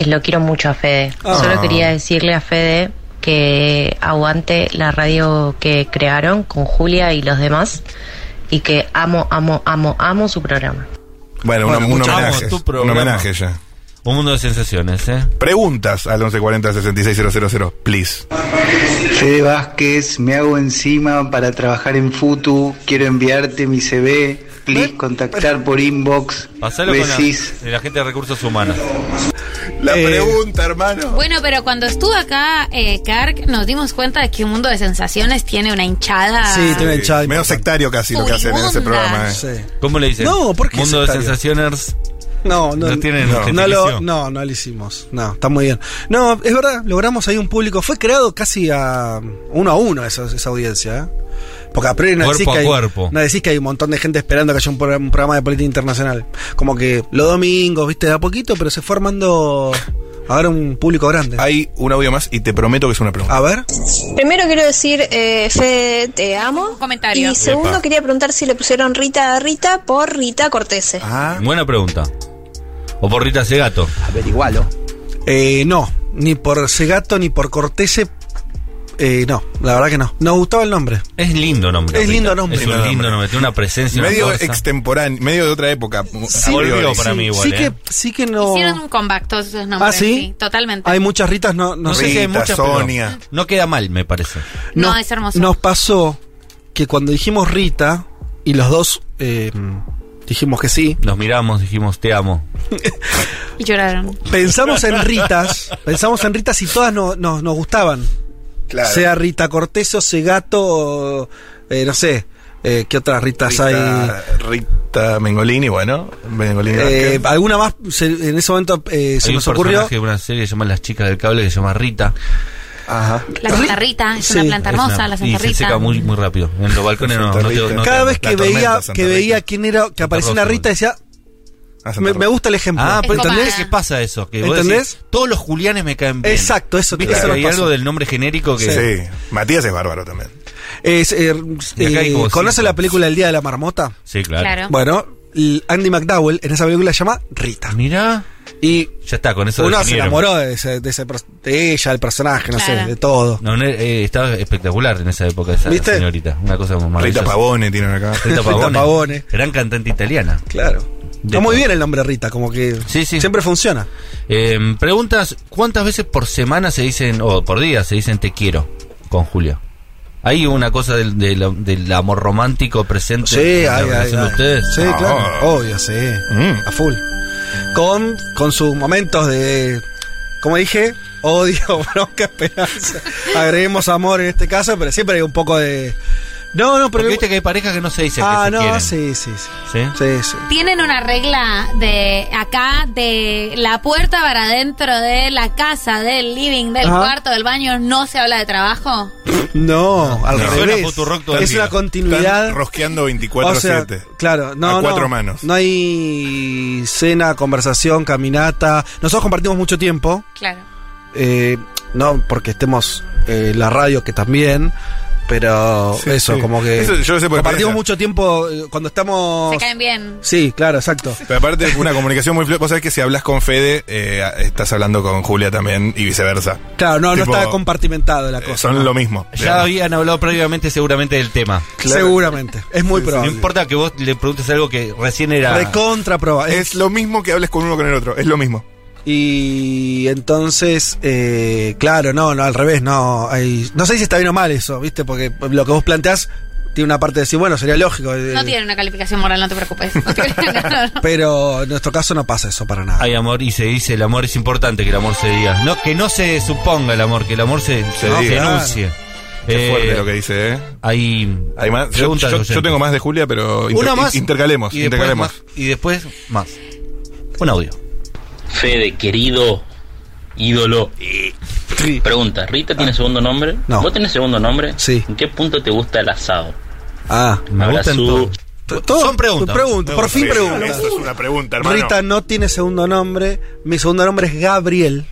lo quiero mucho a Fede. Ah. Solo quería decirle a Fede que aguante la radio que crearon con Julia y los demás y que amo, amo, amo, amo su programa. Bueno, Bueno, un, un escuchamos homenaje. tu Un programa. homenaje ya. Un mundo de sensaciones, ¿eh? Preguntas al 1140-66000, please. Fede Vázquez, me hago encima para trabajar en Futu. Quiero enviarte mi CV. Please contactar por inbox. Pasalo con la, Besis. de la gente de recursos humanos. La Eh, pregunta, hermano. Bueno, pero cuando estuvo acá, eh, Kark, nos dimos cuenta de que un mundo de sensaciones tiene una hinchada. Sí, tiene el chat. Menos sectario casi lo que hacen en ese Furibunda. programa. eh. Sí. ¿Cómo le dicen? No, ¿por qué Mundo de sectario? sensaciones. No, no, No tiene no, lo, justificación. no, no lo hicimos. No, está muy bien. No, es verdad, logramos ahí un público. Fue creado casi a uno a uno esa, esa audiencia. ¿eh? Porque a priori no Cuerpo decís, a que hay, cuerpo. no decís que hay un montón de gente esperando que haya un programa, un programa de política internacional. Como que los domingos, viste, de a poquito, pero se fue armando ahora un público grande. Hay un audio más y te prometo que es una pregunta. A ver. Primero quiero decir, eh, Fede, te amo. Un comentario. Y segundo Epa. quería preguntar si le pusieron Rita a Rita por Rita Cortese. Ah, Buena pregunta. O por Rita Segato. Eh, no, ni por Segato ni por Cortese. Eh, no, la verdad que no. Nos gustaba el nombre. Es lindo nombre. Es Rita. lindo nombre. Es un Lindo lindo nombre. nombre. Tiene una presencia. una medio fuerza. extemporáneo, medio de otra época. A volvió priori. para mí igual. sí, eh. que, sí que no. Hicieron un comeback todos esos nombres. ¿Ah, sí? totalmente. Hay muchas ritas, no, no No sé sé. si hay Rita, muchas, pero Sonia. No queda mal, me parece. No, Nos- es hermoso. Nos pasó que cuando dijimos Rita, y los dos eh, dijimos que sí, Nos miramos, dijimos, te amo. Y lloraron. pensamos en Ritas, pensamos en Ritas y todas no- no- nos gustaban. Claro. Sea Rita Cortés o Segato, o, eh, no sé, eh, ¿qué otras Ritas hay? Rita, eh, Rita Mengolini, bueno. Mengolini Eh, Vázquez. alguna más se- en ese momento eh, se Hay un nos ocurrió. personaje de una serie que se llama Las Chicas del Cable, que se llama Rita. Ajá. La Santa Rita es una Sí, planta Es hermosa, una- la y Santa se Rita. seca muy, muy rápido. En los balcones no, Santa no te- Rita. no te- Cada vez que tormenta, veía Santa que Rita. veía quién era, que aparecía una Rosa. Rita, decía, Ah, Santa me, Rosa. me gusta el ejemplo. Ah, pero Es como ¿entendés para- qué pasa eso? Que vos ¿Entendés? decís, todos los Julianes me caen bien. Exacto, eso- ¿Viste eso que nos hay pasó. algo del nombre genérico que... Sí. Matías es bárbaro también. Es, eh, Y acá hay eh, como ¿Conoce cinco. la película El Día de la Marmota? Sí, claro. Claro. Bueno, l- Andy McDowell en esa película se llama Rita. Mirá, Y ya está, con eso uno se definieron. enamoró de, ese- de ese per- de ella, del personaje, no Claro. sé, de todo. No, no, eh, estaba espectacular en esa época esa ¿Viste? señorita. Una cosa maravillosa. Rita Pavone tienen acá. Rita Pavone. Rita Pavone. Gran cantante italiana. Claro. De Está muy todo. bien el nombre Rita, como que Sí, sí. siempre funciona. Eh, preguntas, ¿cuántas veces por semana se dicen, o por día se dicen te quiero con Julio? ¿Hay una cosa del, del- del amor romántico presente Sí, en la ay, ay, relación de ay. ustedes? Ah, Sí, No. claro. Obvio, sí. Mm. A full. Con, con sus momentos de, como dije, odio, bronca, esperanza. Agreguemos amor en este caso, pero siempre hay un poco de... No, no, pero... Porque viste que hay parejas que no se dicen ah, que se ¿Eh? no, quieren. sí, sí, sí. ¿Sí? Sí, sí. Tienen una regla de acá, de la puerta para adentro de la casa, del living, del Ajá. cuarto, del baño, no se habla de trabajo. No, al Me suena revés. Futurock todo el Es día. una continuidad. Están rosqueando O 24-7. sea, claro, no, A cuatro no, manos. no hay cena, conversación, caminata. Nosotros compartimos mucho tiempo, Claro. eh, no porque estemos eh, la radio que también, pero Sí, eso, sí. como que Eso yo lo sé por compartimos experiencia. mucho tiempo eh, cuando estamos. Se caen bien. Sí, claro, exacto. Pero aparte, una comunicación muy fluida. Vos sabés que si hablas con Fede, eh, estás hablando con Julia también y viceversa. Claro, no, Tipo, no está compartimentado la Eh, cosa. Son ¿no? lo mismo. Ya digamos. habían hablado previamente seguramente del tema. Seguramente, es muy No probable. importa que vos le preguntes algo que recién era... Recontra probable. Es lo mismo que hables con uno con el otro. Es lo mismo. Y entonces, eh, claro, no, no, al revés, no. Hay, no sé si está bien o mal eso, ¿viste? Porque lo que vos planteás tiene una parte de decir, bueno, sería lógico. eh, No tienen una calificación moral, no te preocupes. No te- no, no. Pero en nuestro caso no pasa eso para nada. Hay amor y se dice, el amor es importante que el amor se diga. No, que no se suponga el amor, que el amor se, se diga. denuncie. Qué Eh, fuerte lo que dice, ¿eh? Hay, Hay más. Yo, preguntas yo- de yo oyentes. tengo más de Julia, pero inter- Una más. intercalemos. Y después intercalemos. más. Y después más. Un audio. Fede, querido, ídolo. Pregunta, ¿Rita tiene segundo nombre? Ah. No. ¿Vos tenés segundo nombre? Sí. ¿En qué punto te gusta el asado? Ah, Me Abrazú. gustan todo. t- todo- Son preguntas. preguntas, por fin Sí, preguntas. Esa es una pregunta, hermano. Rita no tiene segundo nombre. Mi segundo nombre es Gabriel.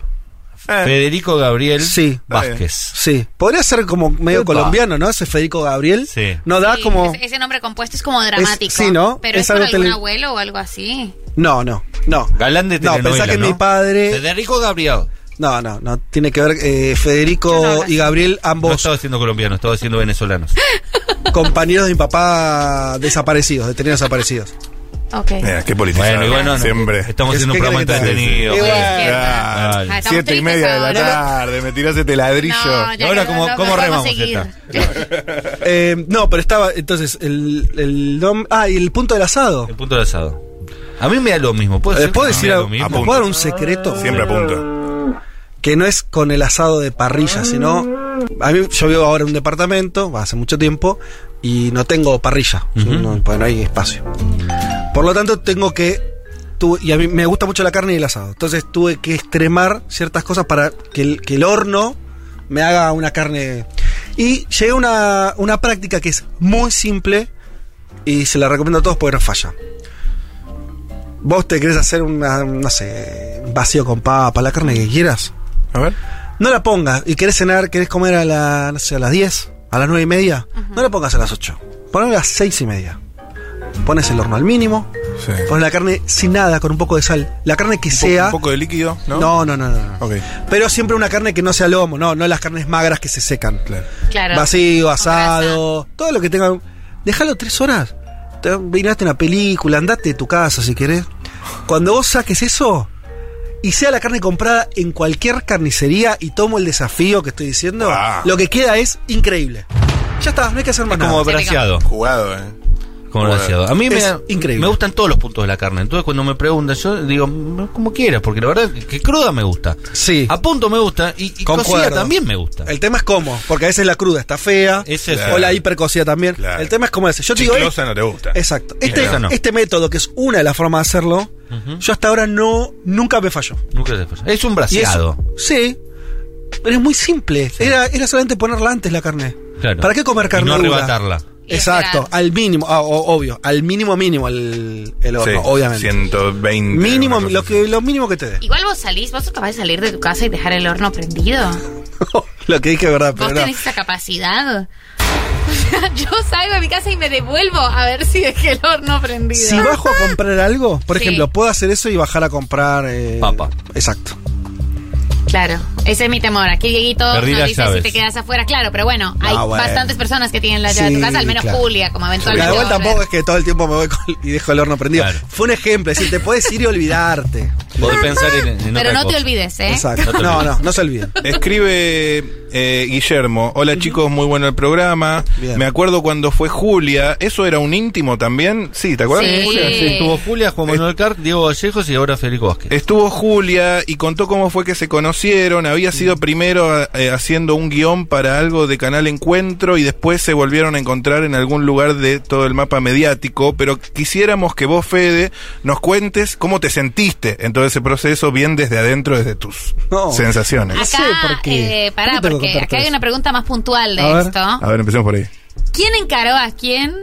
Eh, Federico Gabriel Sí. Vázquez. Sí, podría ser como medio colombiano, ¿no? Ese Federico Gabriel. Sí. No da Sí, como. ese, ese nombre compuesto es como dramático. sí, ¿no? Pero Es es, por algo algún tele- abuelo o algo así. No, no, no. Galán de No, telenovela, pensá que ¿no? mi padre. Federico Gabriel. No, no, no. Tiene que ver eh, Federico y Gabriel, No ambos estaba diciendo colombianos, estaba diciendo venezolanos. compañeros de mi papá desaparecidos, detenidos desaparecidos. Ok. Mira, Eh, qué político. Bueno, igual no, no. Siempre. Estamos haciendo un ¿Qué programa querés que te diga? entretenido. Sí, bueno. Claro. Dale. Estamos Siete y tristes media de la ahora. tarde, me tirás este ladrillo. No, ya Ahora, que ¿cómo- no- no cómo podemos remamos seguir. Eh, no, pero estaba, entonces, el, el nom- Ah, y el punto del asado. El punto de asado. A mí me da lo mismo. ¿Puedo, Eh, decir ¿Puedo que me decir da Ah, algo? lo mismo? Ah, ¿Puedo dar un secreto? Siempre a punto. Que no es con el asado de parrilla, sino. A mí, yo vivo ahora en un departamento, hace mucho tiempo, y no tengo parrilla. Ujú. no, pues no hay espacio. Por lo tanto, tengo que. tuve- y a mí me gusta mucho la carne y el asado. Entonces, tuve que extremar ciertas cosas para que el, que el horno me haga una carne. Y llegué a una, una práctica que es muy simple y se la recomiendo a todos porque no falla. Vos te querés hacer una, no sé, un vacío con papa, la carne que quieras. A ver. No la pongas. Y querés cenar, querés comer a, la, no sé, a las 10, a las 9 y media. No la pongas a las 8. Ponla a las 6 y media. Pones el horno al mínimo. Sí. Pones la carne sin nada, con un poco de sal. La carne que sea. Un poco de líquido, ¿no? No, no, no, no. no. Ok. Pero siempre una carne que no sea lomo, no, no las carnes magras que se secan. Claro. Claro. Vacío, Con asado, todo lo que tengan. Déjalo tres horas. Te- Miraste una película, andate de tu casa si querés. Cuando vos saques eso y sea la carne comprada en cualquier carnicería y tomo el desafío que estoy diciendo, Ah. lo que queda es increíble. Ya está, no hay que hacer más Es como nada. braseado. Jugado, ¿eh? Como Bueno, braseado. A mí me, es da- increíble. me gustan todos los puntos de la carne. Entonces, cuando me preguntan, yo digo, "Mm, como quieras, porque la verdad que, que cruda me gusta. Sí. A punto me gusta y, y Concuerdo. cocida también me gusta. El tema es cómo, porque a veces la cruda está fea, Es eso. o la hipercocida también. Claro. El tema es cómo es. Yo te digo, eh, Chiclosa no te gusta. Exacto. Este, Esa no. este método, que es una de las formas de hacerlo, yo hasta ahora no, nunca me falló. Nunca te falla. Es un Y es- braseado. sí. Pero es muy simple. Era, era solamente ponerla antes la carne. Claro. ¿Para qué comer carne? Y no dura? arrebatarla. Y Exacto, esperar. al mínimo, ah, o- obvio, al mínimo mínimo el, el horno, Sí, obviamente. 120. mínimo, una cosa lo, así. que, lo mínimo que te dé. Igual vos salís, vos sos capaz de salir de tu casa y dejar el horno prendido. lo que dije es verdad, pero ¿Vos no. tenés esa capacidad? Yo salgo de mi casa y me devuelvo a ver si dejé el horno prendido. Si bajo a comprar algo, por Sí. ejemplo, puedo hacer eso y bajar a comprar... eh, Papa. Exacto. Claro, ese es mi temor. Aquí Dieguito nos Perdí las dice si llaves. te quedas afuera. Claro, pero bueno, hay bueno. bastantes personas que tienen la llave de tu Sí, casa, al menos claro. Julia, como Porque eventualmente. igual va a tampoco volver. es que todo el tiempo me voy con- y dejo el horno prendido. Claro. Fue un ejemplo, es decir, te puedes ir y olvidarte. Podés pensar en, en Pero otra no te cosa. olvides, ¿eh? Exacto. No te No, olvides. no, no se olviden. Escribe eh, Guillermo, hola chicos, muy bueno el programa. Bien. Me acuerdo cuando fue Julia, ¿eso era un íntimo también? Sí, ¿te acuerdas? Sí. de Julia? Sí, Estuvo Julia, Juan Eh. Manuel Carr, Diego Vallejos y ahora Federico Vázquez. Estuvo Julia y contó cómo fue que se conocieron. Había sido Mm. primero eh, haciendo un guión para algo de Canal Encuentro y después se volvieron a encontrar en algún lugar de todo el mapa mediático. Pero quisiéramos que vos, Fede, nos cuentes cómo te sentiste en todo ese proceso, bien desde adentro, desde tus No. sensaciones. Acá, sé por qué. eh, pará, ¿Por qué tengo que porque contar acá todo hay eso? una pregunta más puntual de A ver. esto. A ver, empecemos por ahí. ¿Quién encaró a quién?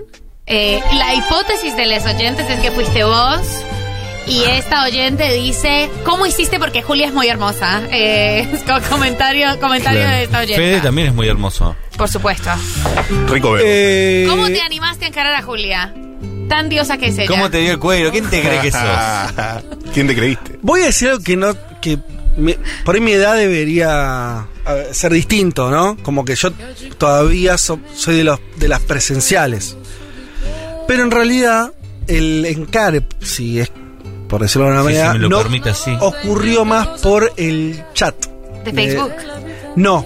Eh, la hipótesis de los oyentes es que fuiste vos. Y esta oyente dice, ¿cómo hiciste? Porque Julia es muy hermosa. Eh, es co- comentario comentario de esta oyente. Fede también es muy hermoso. Por supuesto. Rico Bebo. Eh, ¿Cómo te animaste a encarar a Julia? Tan diosa que es ella. ¿Cómo te dio el cuello? ¿Quién te cree que sos? ¿Quién te creíste? voy a decir algo que no. que me- por ahí mi edad debería a ver, ser distinto, ¿no? Como que yo todavía so- soy de, los, de las presenciales. Pero en realidad, el encare, si es por decirlo de una Sí, manera, si me lo no permite, sí. ocurrió más por el chat. Eh, De Facebook. Eh, No.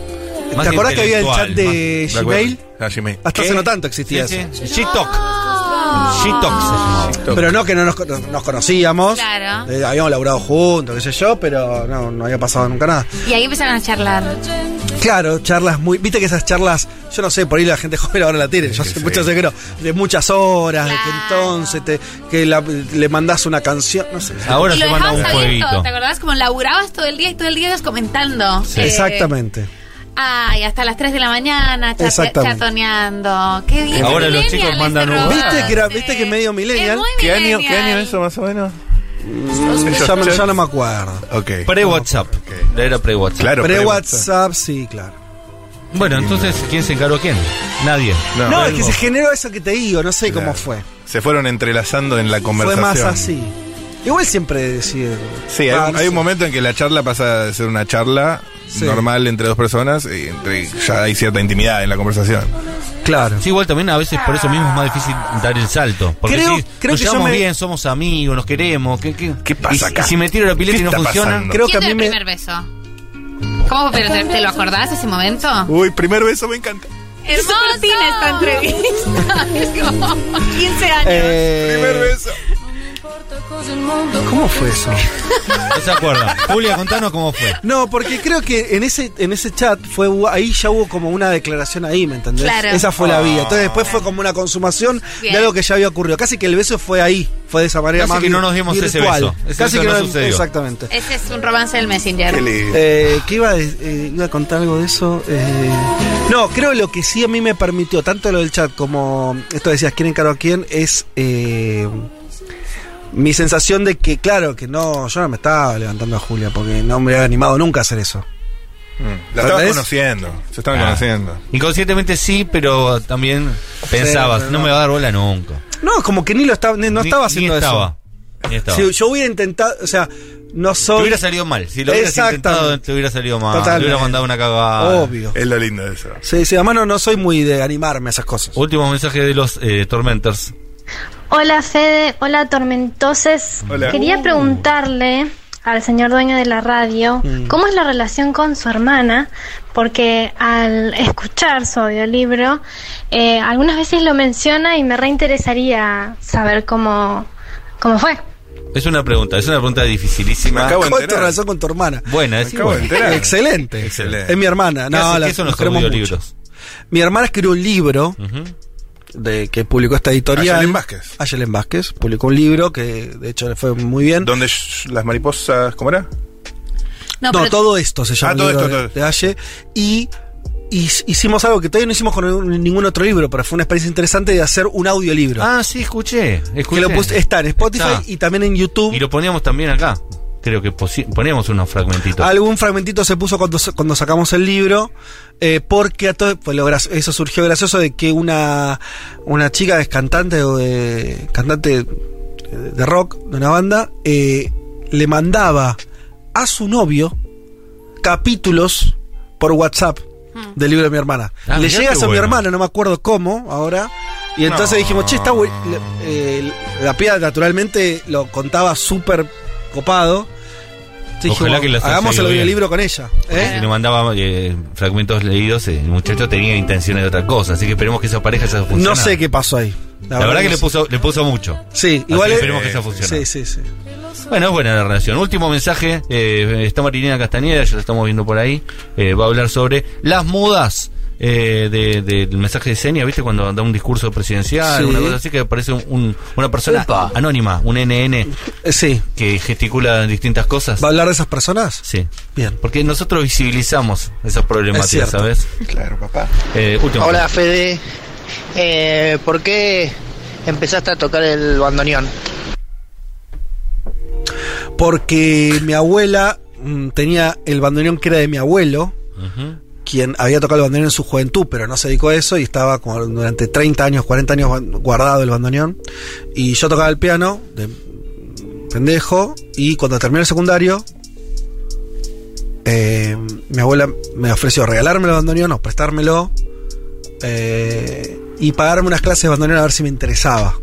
Más ¿Te acordás que había el chat de intelectual, Gmail? Ah, Gmail. Hasta ¿Qué? hace no tanto existía Sí, eso. sí. She-Talk. Ah. She-Talk se llamaba. Pero no que no nos, no- nos conocíamos. Claro. Eh, habíamos laburado juntos, qué sé yo, pero no, no había pasado nunca nada. Y ahí empezaron a charlar. Claro, charlas muy. Viste que esas charlas, yo no sé, por ahí la gente joven ahora la tiene. Yo Sí, sé, sí. muchos se creo, de muchas horas, de que Claro. entonces te, que la- le mandás una canción, no sé. Ah, Ahora y se lo manda dejabas un abierto, jueguito. ¿te acordás? Como laburabas todo el día y todo el día ibas comentando. Eh, Exactamente. Ay, hasta las 3 de la mañana, chate- Exactamente. chatoneando. Qué bien. Ahora los millennial chicos este mandan un- programa. ¿Viste que era- viste que medio millennial? Es muy ¿Qué año, ¿Qué millennial. año eso más o menos? Ya, me- ya no me acuerdo. Ok. Pre-WhatsApp. Era pre-WhatsApp. Claro. pre- Pre-WhatsApp, sí, claro. Bueno, entonces, ¿quién se encaró a quién? Nadie. No, No, es que se generó eso que te digo, no sé Claro. cómo fue. Se fueron entrelazando en la Fue conversación. más así. Igual siempre deciden. Sí, hay, Ah, un- no hay un sé. momento en que la charla pasa de ser una charla Sí. normal entre dos personas y entre- ya hay cierta intimidad en la conversación. Claro. Sí, igual también a veces por eso mismo es más difícil dar el salto. Porque Creo- si creo nos que yo llevamos me- bien, somos amigos, nos queremos. ¿Qué, qué, ¿Qué pasa y si- acá? y si me tiro la pileta ¿Qué y no está funciona. pasando? Creo que a ¿Quién mí el me. primer beso? ¿Cómo pero te, te lo acordás ese momento? Uy, primer beso me encanta. Hermoso. esta entrevista. Es como- 15 años. Eh, Primer beso. ¿Cómo fue eso? No se acuerda. Julia, contanos cómo fue. No, porque creo que en ese, en ese chat fue ahí ya hubo como una declaración ahí, ¿me entendés? Claro. Esa fue la Ah. vida. Entonces después fue como una consumación Bien. de algo que ya había ocurrido. Casi que el beso fue ahí, fue de esa manera Casi más que vi- no nos dimos ese virtual. beso. Ese Casi beso que no nos- sucedió. Exactamente. Ese es un romance del Messenger. Qué lindo. Eh, que iba, a de- eh, iba a contar algo de eso. eh, no, creo lo que sí a mí me permitió, tanto lo del chat como esto decías quién encaró a quién, es eh, mi sensación de que, claro, que no, yo no me estaba levantando a Julia porque no me había animado nunca a hacer eso. La estaban ¿Entendés? conociendo. Se estaban Ah. conociendo. Inconscientemente sí, pero también pensabas, pero no no. me va a dar bola nunca. No, como que ni lo estaba, ni- no Ni- estaba ni haciendo estaba, Ni eso. estaba. Si yo hubiera intentado, o sea, no Te soy. hubiera salido mal. Si lo hubieras Exactamente. intentado, te hubiera salido mal. Te hubiera Totalmente. mandado una cagada. Obvio. Es lo lindo de eso. Sí, sí, además no, no soy muy de animarme a esas cosas. Último mensaje de los eh, Tormenters. Hola Fede, hola Tormentoses. Hola. Uh. Quería preguntarle al señor dueño de la radio Mm. cómo es la relación con su hermana, porque al escuchar su audiolibro, eh, algunas veces lo menciona y me reinteresaría saber cómo, cómo fue. Es una pregunta, es una pregunta Me dificilísima. acabo de ¿Cuál es tu enterar. relación con tu hermana? Buena, es Me acabo de buena. enterar. Excelente. Excelente. Es mi hermana. ¿Qué hace- No, la- qué son los nos queremos mucho. audiolibros? Mi hermana escribió un libro Ujú. de que publicó esta editorial. Ayelen Vázquez. Ayelen Vázquez publicó un libro que de hecho le fue muy bien. Donde sh- las mariposas, ¿cómo era? No, No, pero- todo esto se llama Ah, el todo libro esto, de, todo. de Aye. Y, y hicimos algo que todavía no hicimos con ningún- ningún otro libro, pero fue una experiencia interesante de hacer un audiolibro. Ah, sí, escuché. que escuché. lo puse- está en Spotify Está. y también en YouTube. Y lo poníamos también acá. Creo que posi- poníamos unos fragmentitos. Algún fragmentito se puso cuando, cuando sacamos el libro, eh, porque a todo, pues lo gra- eso surgió gracioso de que una, una chica que es cantante o de, cantante de rock de una banda eh, le mandaba a su novio capítulos por WhatsApp del libro de mi hermana. Ah, le mirá llegas a qué mi bueno. hermana, no me acuerdo cómo ahora. Y entonces No. dijimos, che, está bueno. la piedra naturalmente lo contaba súper copado. Entonces Ojalá dijimos, que las haya hagamos el ido bien. audiolibro con ella. ¿eh? Si nos mandaba eh, fragmentos leídos, eh, el muchacho tenía intenciones de otra cosa. Así que esperemos que esa pareja ya funcione. No sé qué pasó ahí. La, verdad que no le sé. puso, le puso mucho. Sí, Así igual. que es- esperemos que esa funcione. Sí, sí, sí. Bueno, es buena la relación. Último mensaje, eh, está Marilina Castañeda, ya la estamos viendo por ahí, eh, va a hablar sobre las mudas eh, de- de- del mensaje de Senia, ¿viste? Cuando da un discurso presidencial, Sí. una cosa así, que aparece un- un- una persona Epa. anónima, un NN, Eh, sí. que gesticula distintas cosas. ¿Va a hablar de esas personas? Sí. Bien. Porque nosotros visibilizamos esas Es problemáticas, cierto. ¿sabes? Claro, papá. Eh, último. Hola Fede, Eh, ¿por qué empezaste a tocar el bandoneón? Porque mi abuela mm, tenía el bandoneón que era de mi abuelo. Ujú. quien había tocado el bandoneón en su juventud, pero no se dedicó a eso y estaba como durante 30 años, 40 años ban- guardado el bandoneón. Y yo tocaba el piano de pendejo y cuando terminé el secundario, eh, mi abuela me ofreció regalarme el bandoneón o prestármelo eh, y pagarme unas clases de bandoneón a ver si me interesaba.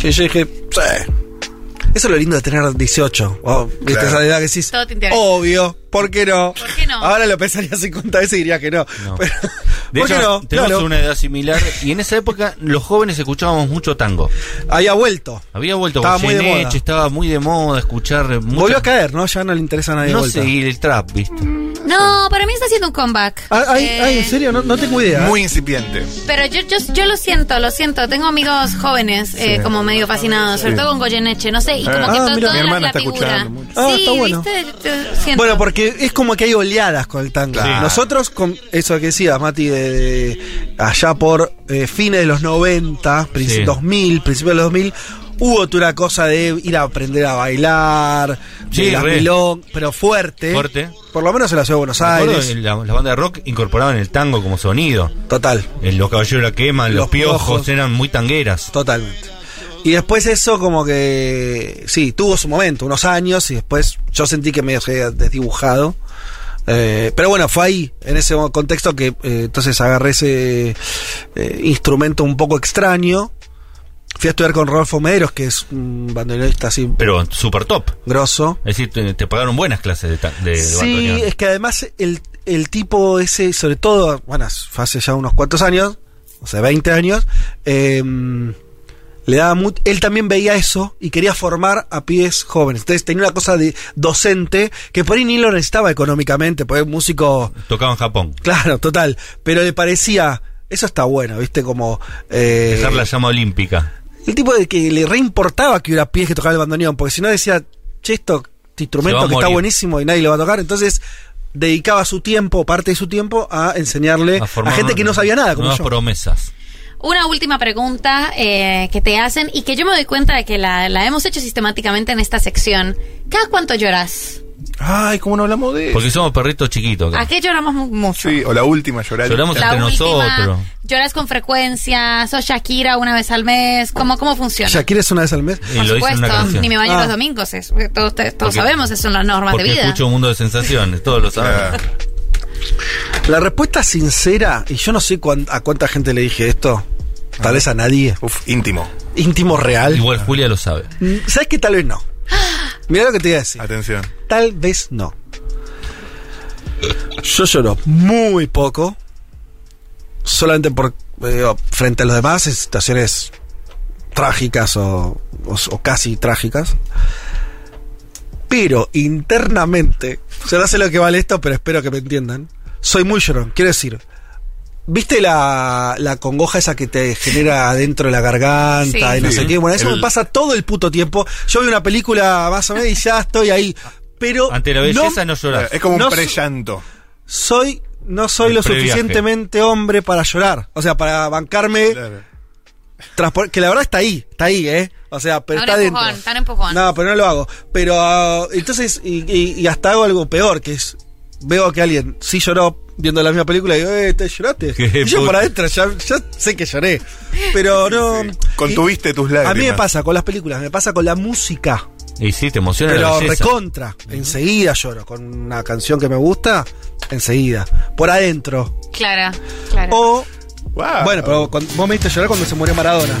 Y yo dije, sí. Eso es lo lindo de tener 18. o ¿viste? Claro. Esa edad que decís, "Oh, Todo te interesa. obvio, ¿por qué no? ¿Por qué no? Ahora lo pensaría 50 veces y diría que no. No. Pero- De ¿Por hecho, qué no? tenemos Claro, una edad similar y en esa época los jóvenes escuchábamos mucho tango. había vuelto. Había vuelto Estaba muy de Goyeneche, moda. estaba muy de moda escuchar mucho- Volvió a caer, ¿no? Ya no le interesa a nadie No vuelta. sé, y el trap, ¿viste? No, para mí está haciendo un comeback. Ah, ay, Eh, ay, en serio, no, no tengo idea. Muy incipiente. Pero yo, yo, yo lo siento, lo siento. Tengo amigos jóvenes eh, como medio fascinados, sobre todo con Goyeneche, no sé. Y como Ah, que mira. todo, Mi toda la- hermana la está figura. escuchando mucho. Ah, sí, está bueno. viste, te- siento. Bueno, pues- porque es como que hay oleadas con el tango. Claro. Nosotros, con eso que decías, Mati, de, de allá por eh, fines de los 90, princip- Sí. 2000, principios de los 2000, hubo toda una cosa de ir a aprender a bailar, Sí, de las re. milong- pero fuerte. Fuerte. Por lo menos en la ciudad de Buenos Me acuerdo Aires. que la- las bandas de rock incorporaban el tango como sonido. Total. Eh, Los caballeros de la quema, los, Los piojos, Piojos. eran muy tangueras. Totalmente. Y después eso como que, sí, tuvo su momento, unos años, y después yo sentí que medio se había desdibujado. Eh, pero bueno, fue ahí, en ese contexto, que eh, entonces agarré ese eh, instrumento un poco extraño. Fui a estudiar con Rodolfo Mederos, que es un bandoneonista así Pero super top. grosso. Es decir, te, te pagaron buenas clases de, ta- de, eh, de Sí, bandoneón. es que además el, el tipo ese, sobre todo, bueno, fue hace ya unos cuantos años, o sea, 20 años, eh, le daba mu- él también veía eso y quería formar a pies jóvenes. Entonces tenía una cosa de docente que por ahí ni lo necesitaba económicamente, porque es músico, Tocaba en Japón. claro, total, pero le parecía, eso está bueno, viste, como... eh, Dejar la llama olímpica. el tipo de que le reimportaba que hubiera pies que tocaban el bandoneón, porque si no decía, che, esto este Se va a instrumento que está morir. buenísimo y nadie lo va a tocar, entonces dedicaba su tiempo, parte de su tiempo, a enseñarle A, a, formar eh, gente que no sabía nada, como nuevas yo. promesas. Una última pregunta eh, que te hacen y que yo me doy cuenta de que la, la hemos hecho sistemáticamente en esta sección. ¿Cada cuánto lloras? Ay, ¿cómo no hablamos de eso? Porque somos perritos chiquitos. acá. ¿A qué lloramos mu- mucho? Pues, Sí, o la última llorar. Lloramos La entre última, nosotros. ¿Lloras con frecuencia? ¿Sos Shakira una vez al mes? ¿Cómo, cómo funciona? Shakira es una vez al mes. Y lo dice en una canción. ni me baño Ah. los domingos, es- todos, te- todos Porque- sabemos, esas son las normas de Porque vida. escucho un mundo de sensaciones, todos lo Ah, sabemos. La respuesta sincera, y yo no sé cuán- a cuánta gente le dije esto, tal vez a nadie, Uf, íntimo. íntimo real. Igual Julia lo sabe. Mm, ¿Sabes que tal vez no? Mira lo que te iba a decir. Atención. Tal vez no. Yo lloro muy poco. Solamente por eh, frente a los demás, en situaciones trágicas o, o- o casi trágicas. Pero internamente, yo no sé lo que vale esto, pero espero que me entiendan. Soy muy llorón, quiero decir. ¿Viste la, la congoja esa que te genera adentro de la garganta Sí. y no sé Sí. qué? Bueno, eso El- me pasa todo el puto tiempo. Yo veo una película más o menos y ya estoy ahí. Pero Ante la no Eh, belleza no, lloras. Eh, Es como un No pre soy no soy El lo previaje. suficientemente hombre para llorar. O sea, para bancarme. transpor- Que la verdad está ahí, está ahí, ¿eh? O sea, pero Está está un dentro. empujón, está un empujón. No, pero no lo hago. Pero ah, entonces, y, y- y hasta hago algo peor, que es, veo que alguien sí lloró viendo la misma película y digo, eh, te lloraste. Qué Y yo por puto. adentro, ya, ya sé que lloré. Pero no... Contuviste tus y- lágrimas. a mí me pasa con las películas, me pasa con la música. Y sí, te emociona la Pero belleza. recontra, enseguida lloro. Con una canción que me gusta, enseguida. Por adentro. Clara, Clara. O. Wow. Bueno, pero cuando- vos me diste llorar cuando se murió Maradona.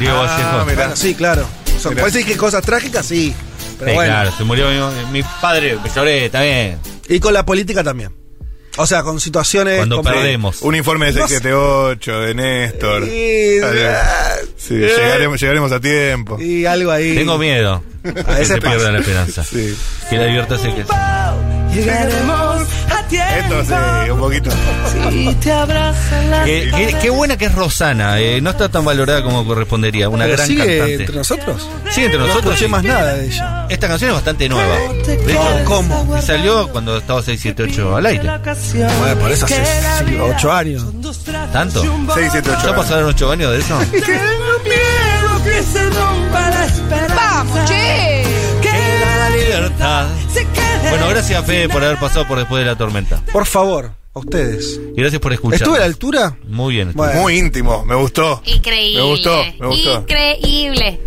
Diego Ah, Vallejo. mirá. Bueno, sí, claro. Son, Mirá. puede ser que cosas trágicas, sí. Pero Sí, bueno. claro, se murió mi, mi padre, me lloré, está bien. Y con la política también. O sea, con situaciones. Cuando como- perdemos. Un informe de No sé. 678 de Néstor. Y- Adiós. Sí, llegaremos, llegaremos a tiempo. ah, Y algo ahí. Tengo miedo. que ese se pasa. pierda la esperanza. Sí. Que la libertad se que Llegaremos a tiempo. Esto sí, un poquito. Si te abrazan las Qué, qué- qué buena que es Rosana, eh, no está tan valorada como correspondería. Una Pero gran sigue cantante. entre nosotros. Sigue entre No nosotros. escuché sí. más nada de ella. Esta canción es bastante nueva. De No, hecho, ¿Cómo? y salió cuando estaba 678 al aire. vacaciones. Bueno, por eso hace Queda sí, bien. ocho años. Dos tratos ¿Tanto? y un 678. ¿Ya pasaron 8 años de eso? Tengo miedo que se rompa la esperanza. Vamos, che. Que la libertad se quede. Bueno, gracias Fede por haber pasado por después de la tormenta. Por favor, a ustedes. Y gracias por escuchar. ¿Estuve a la altura? Muy bien. Bueno. Muy íntimo, me gustó. Increíble. Me gustó, me gustó. Increíble.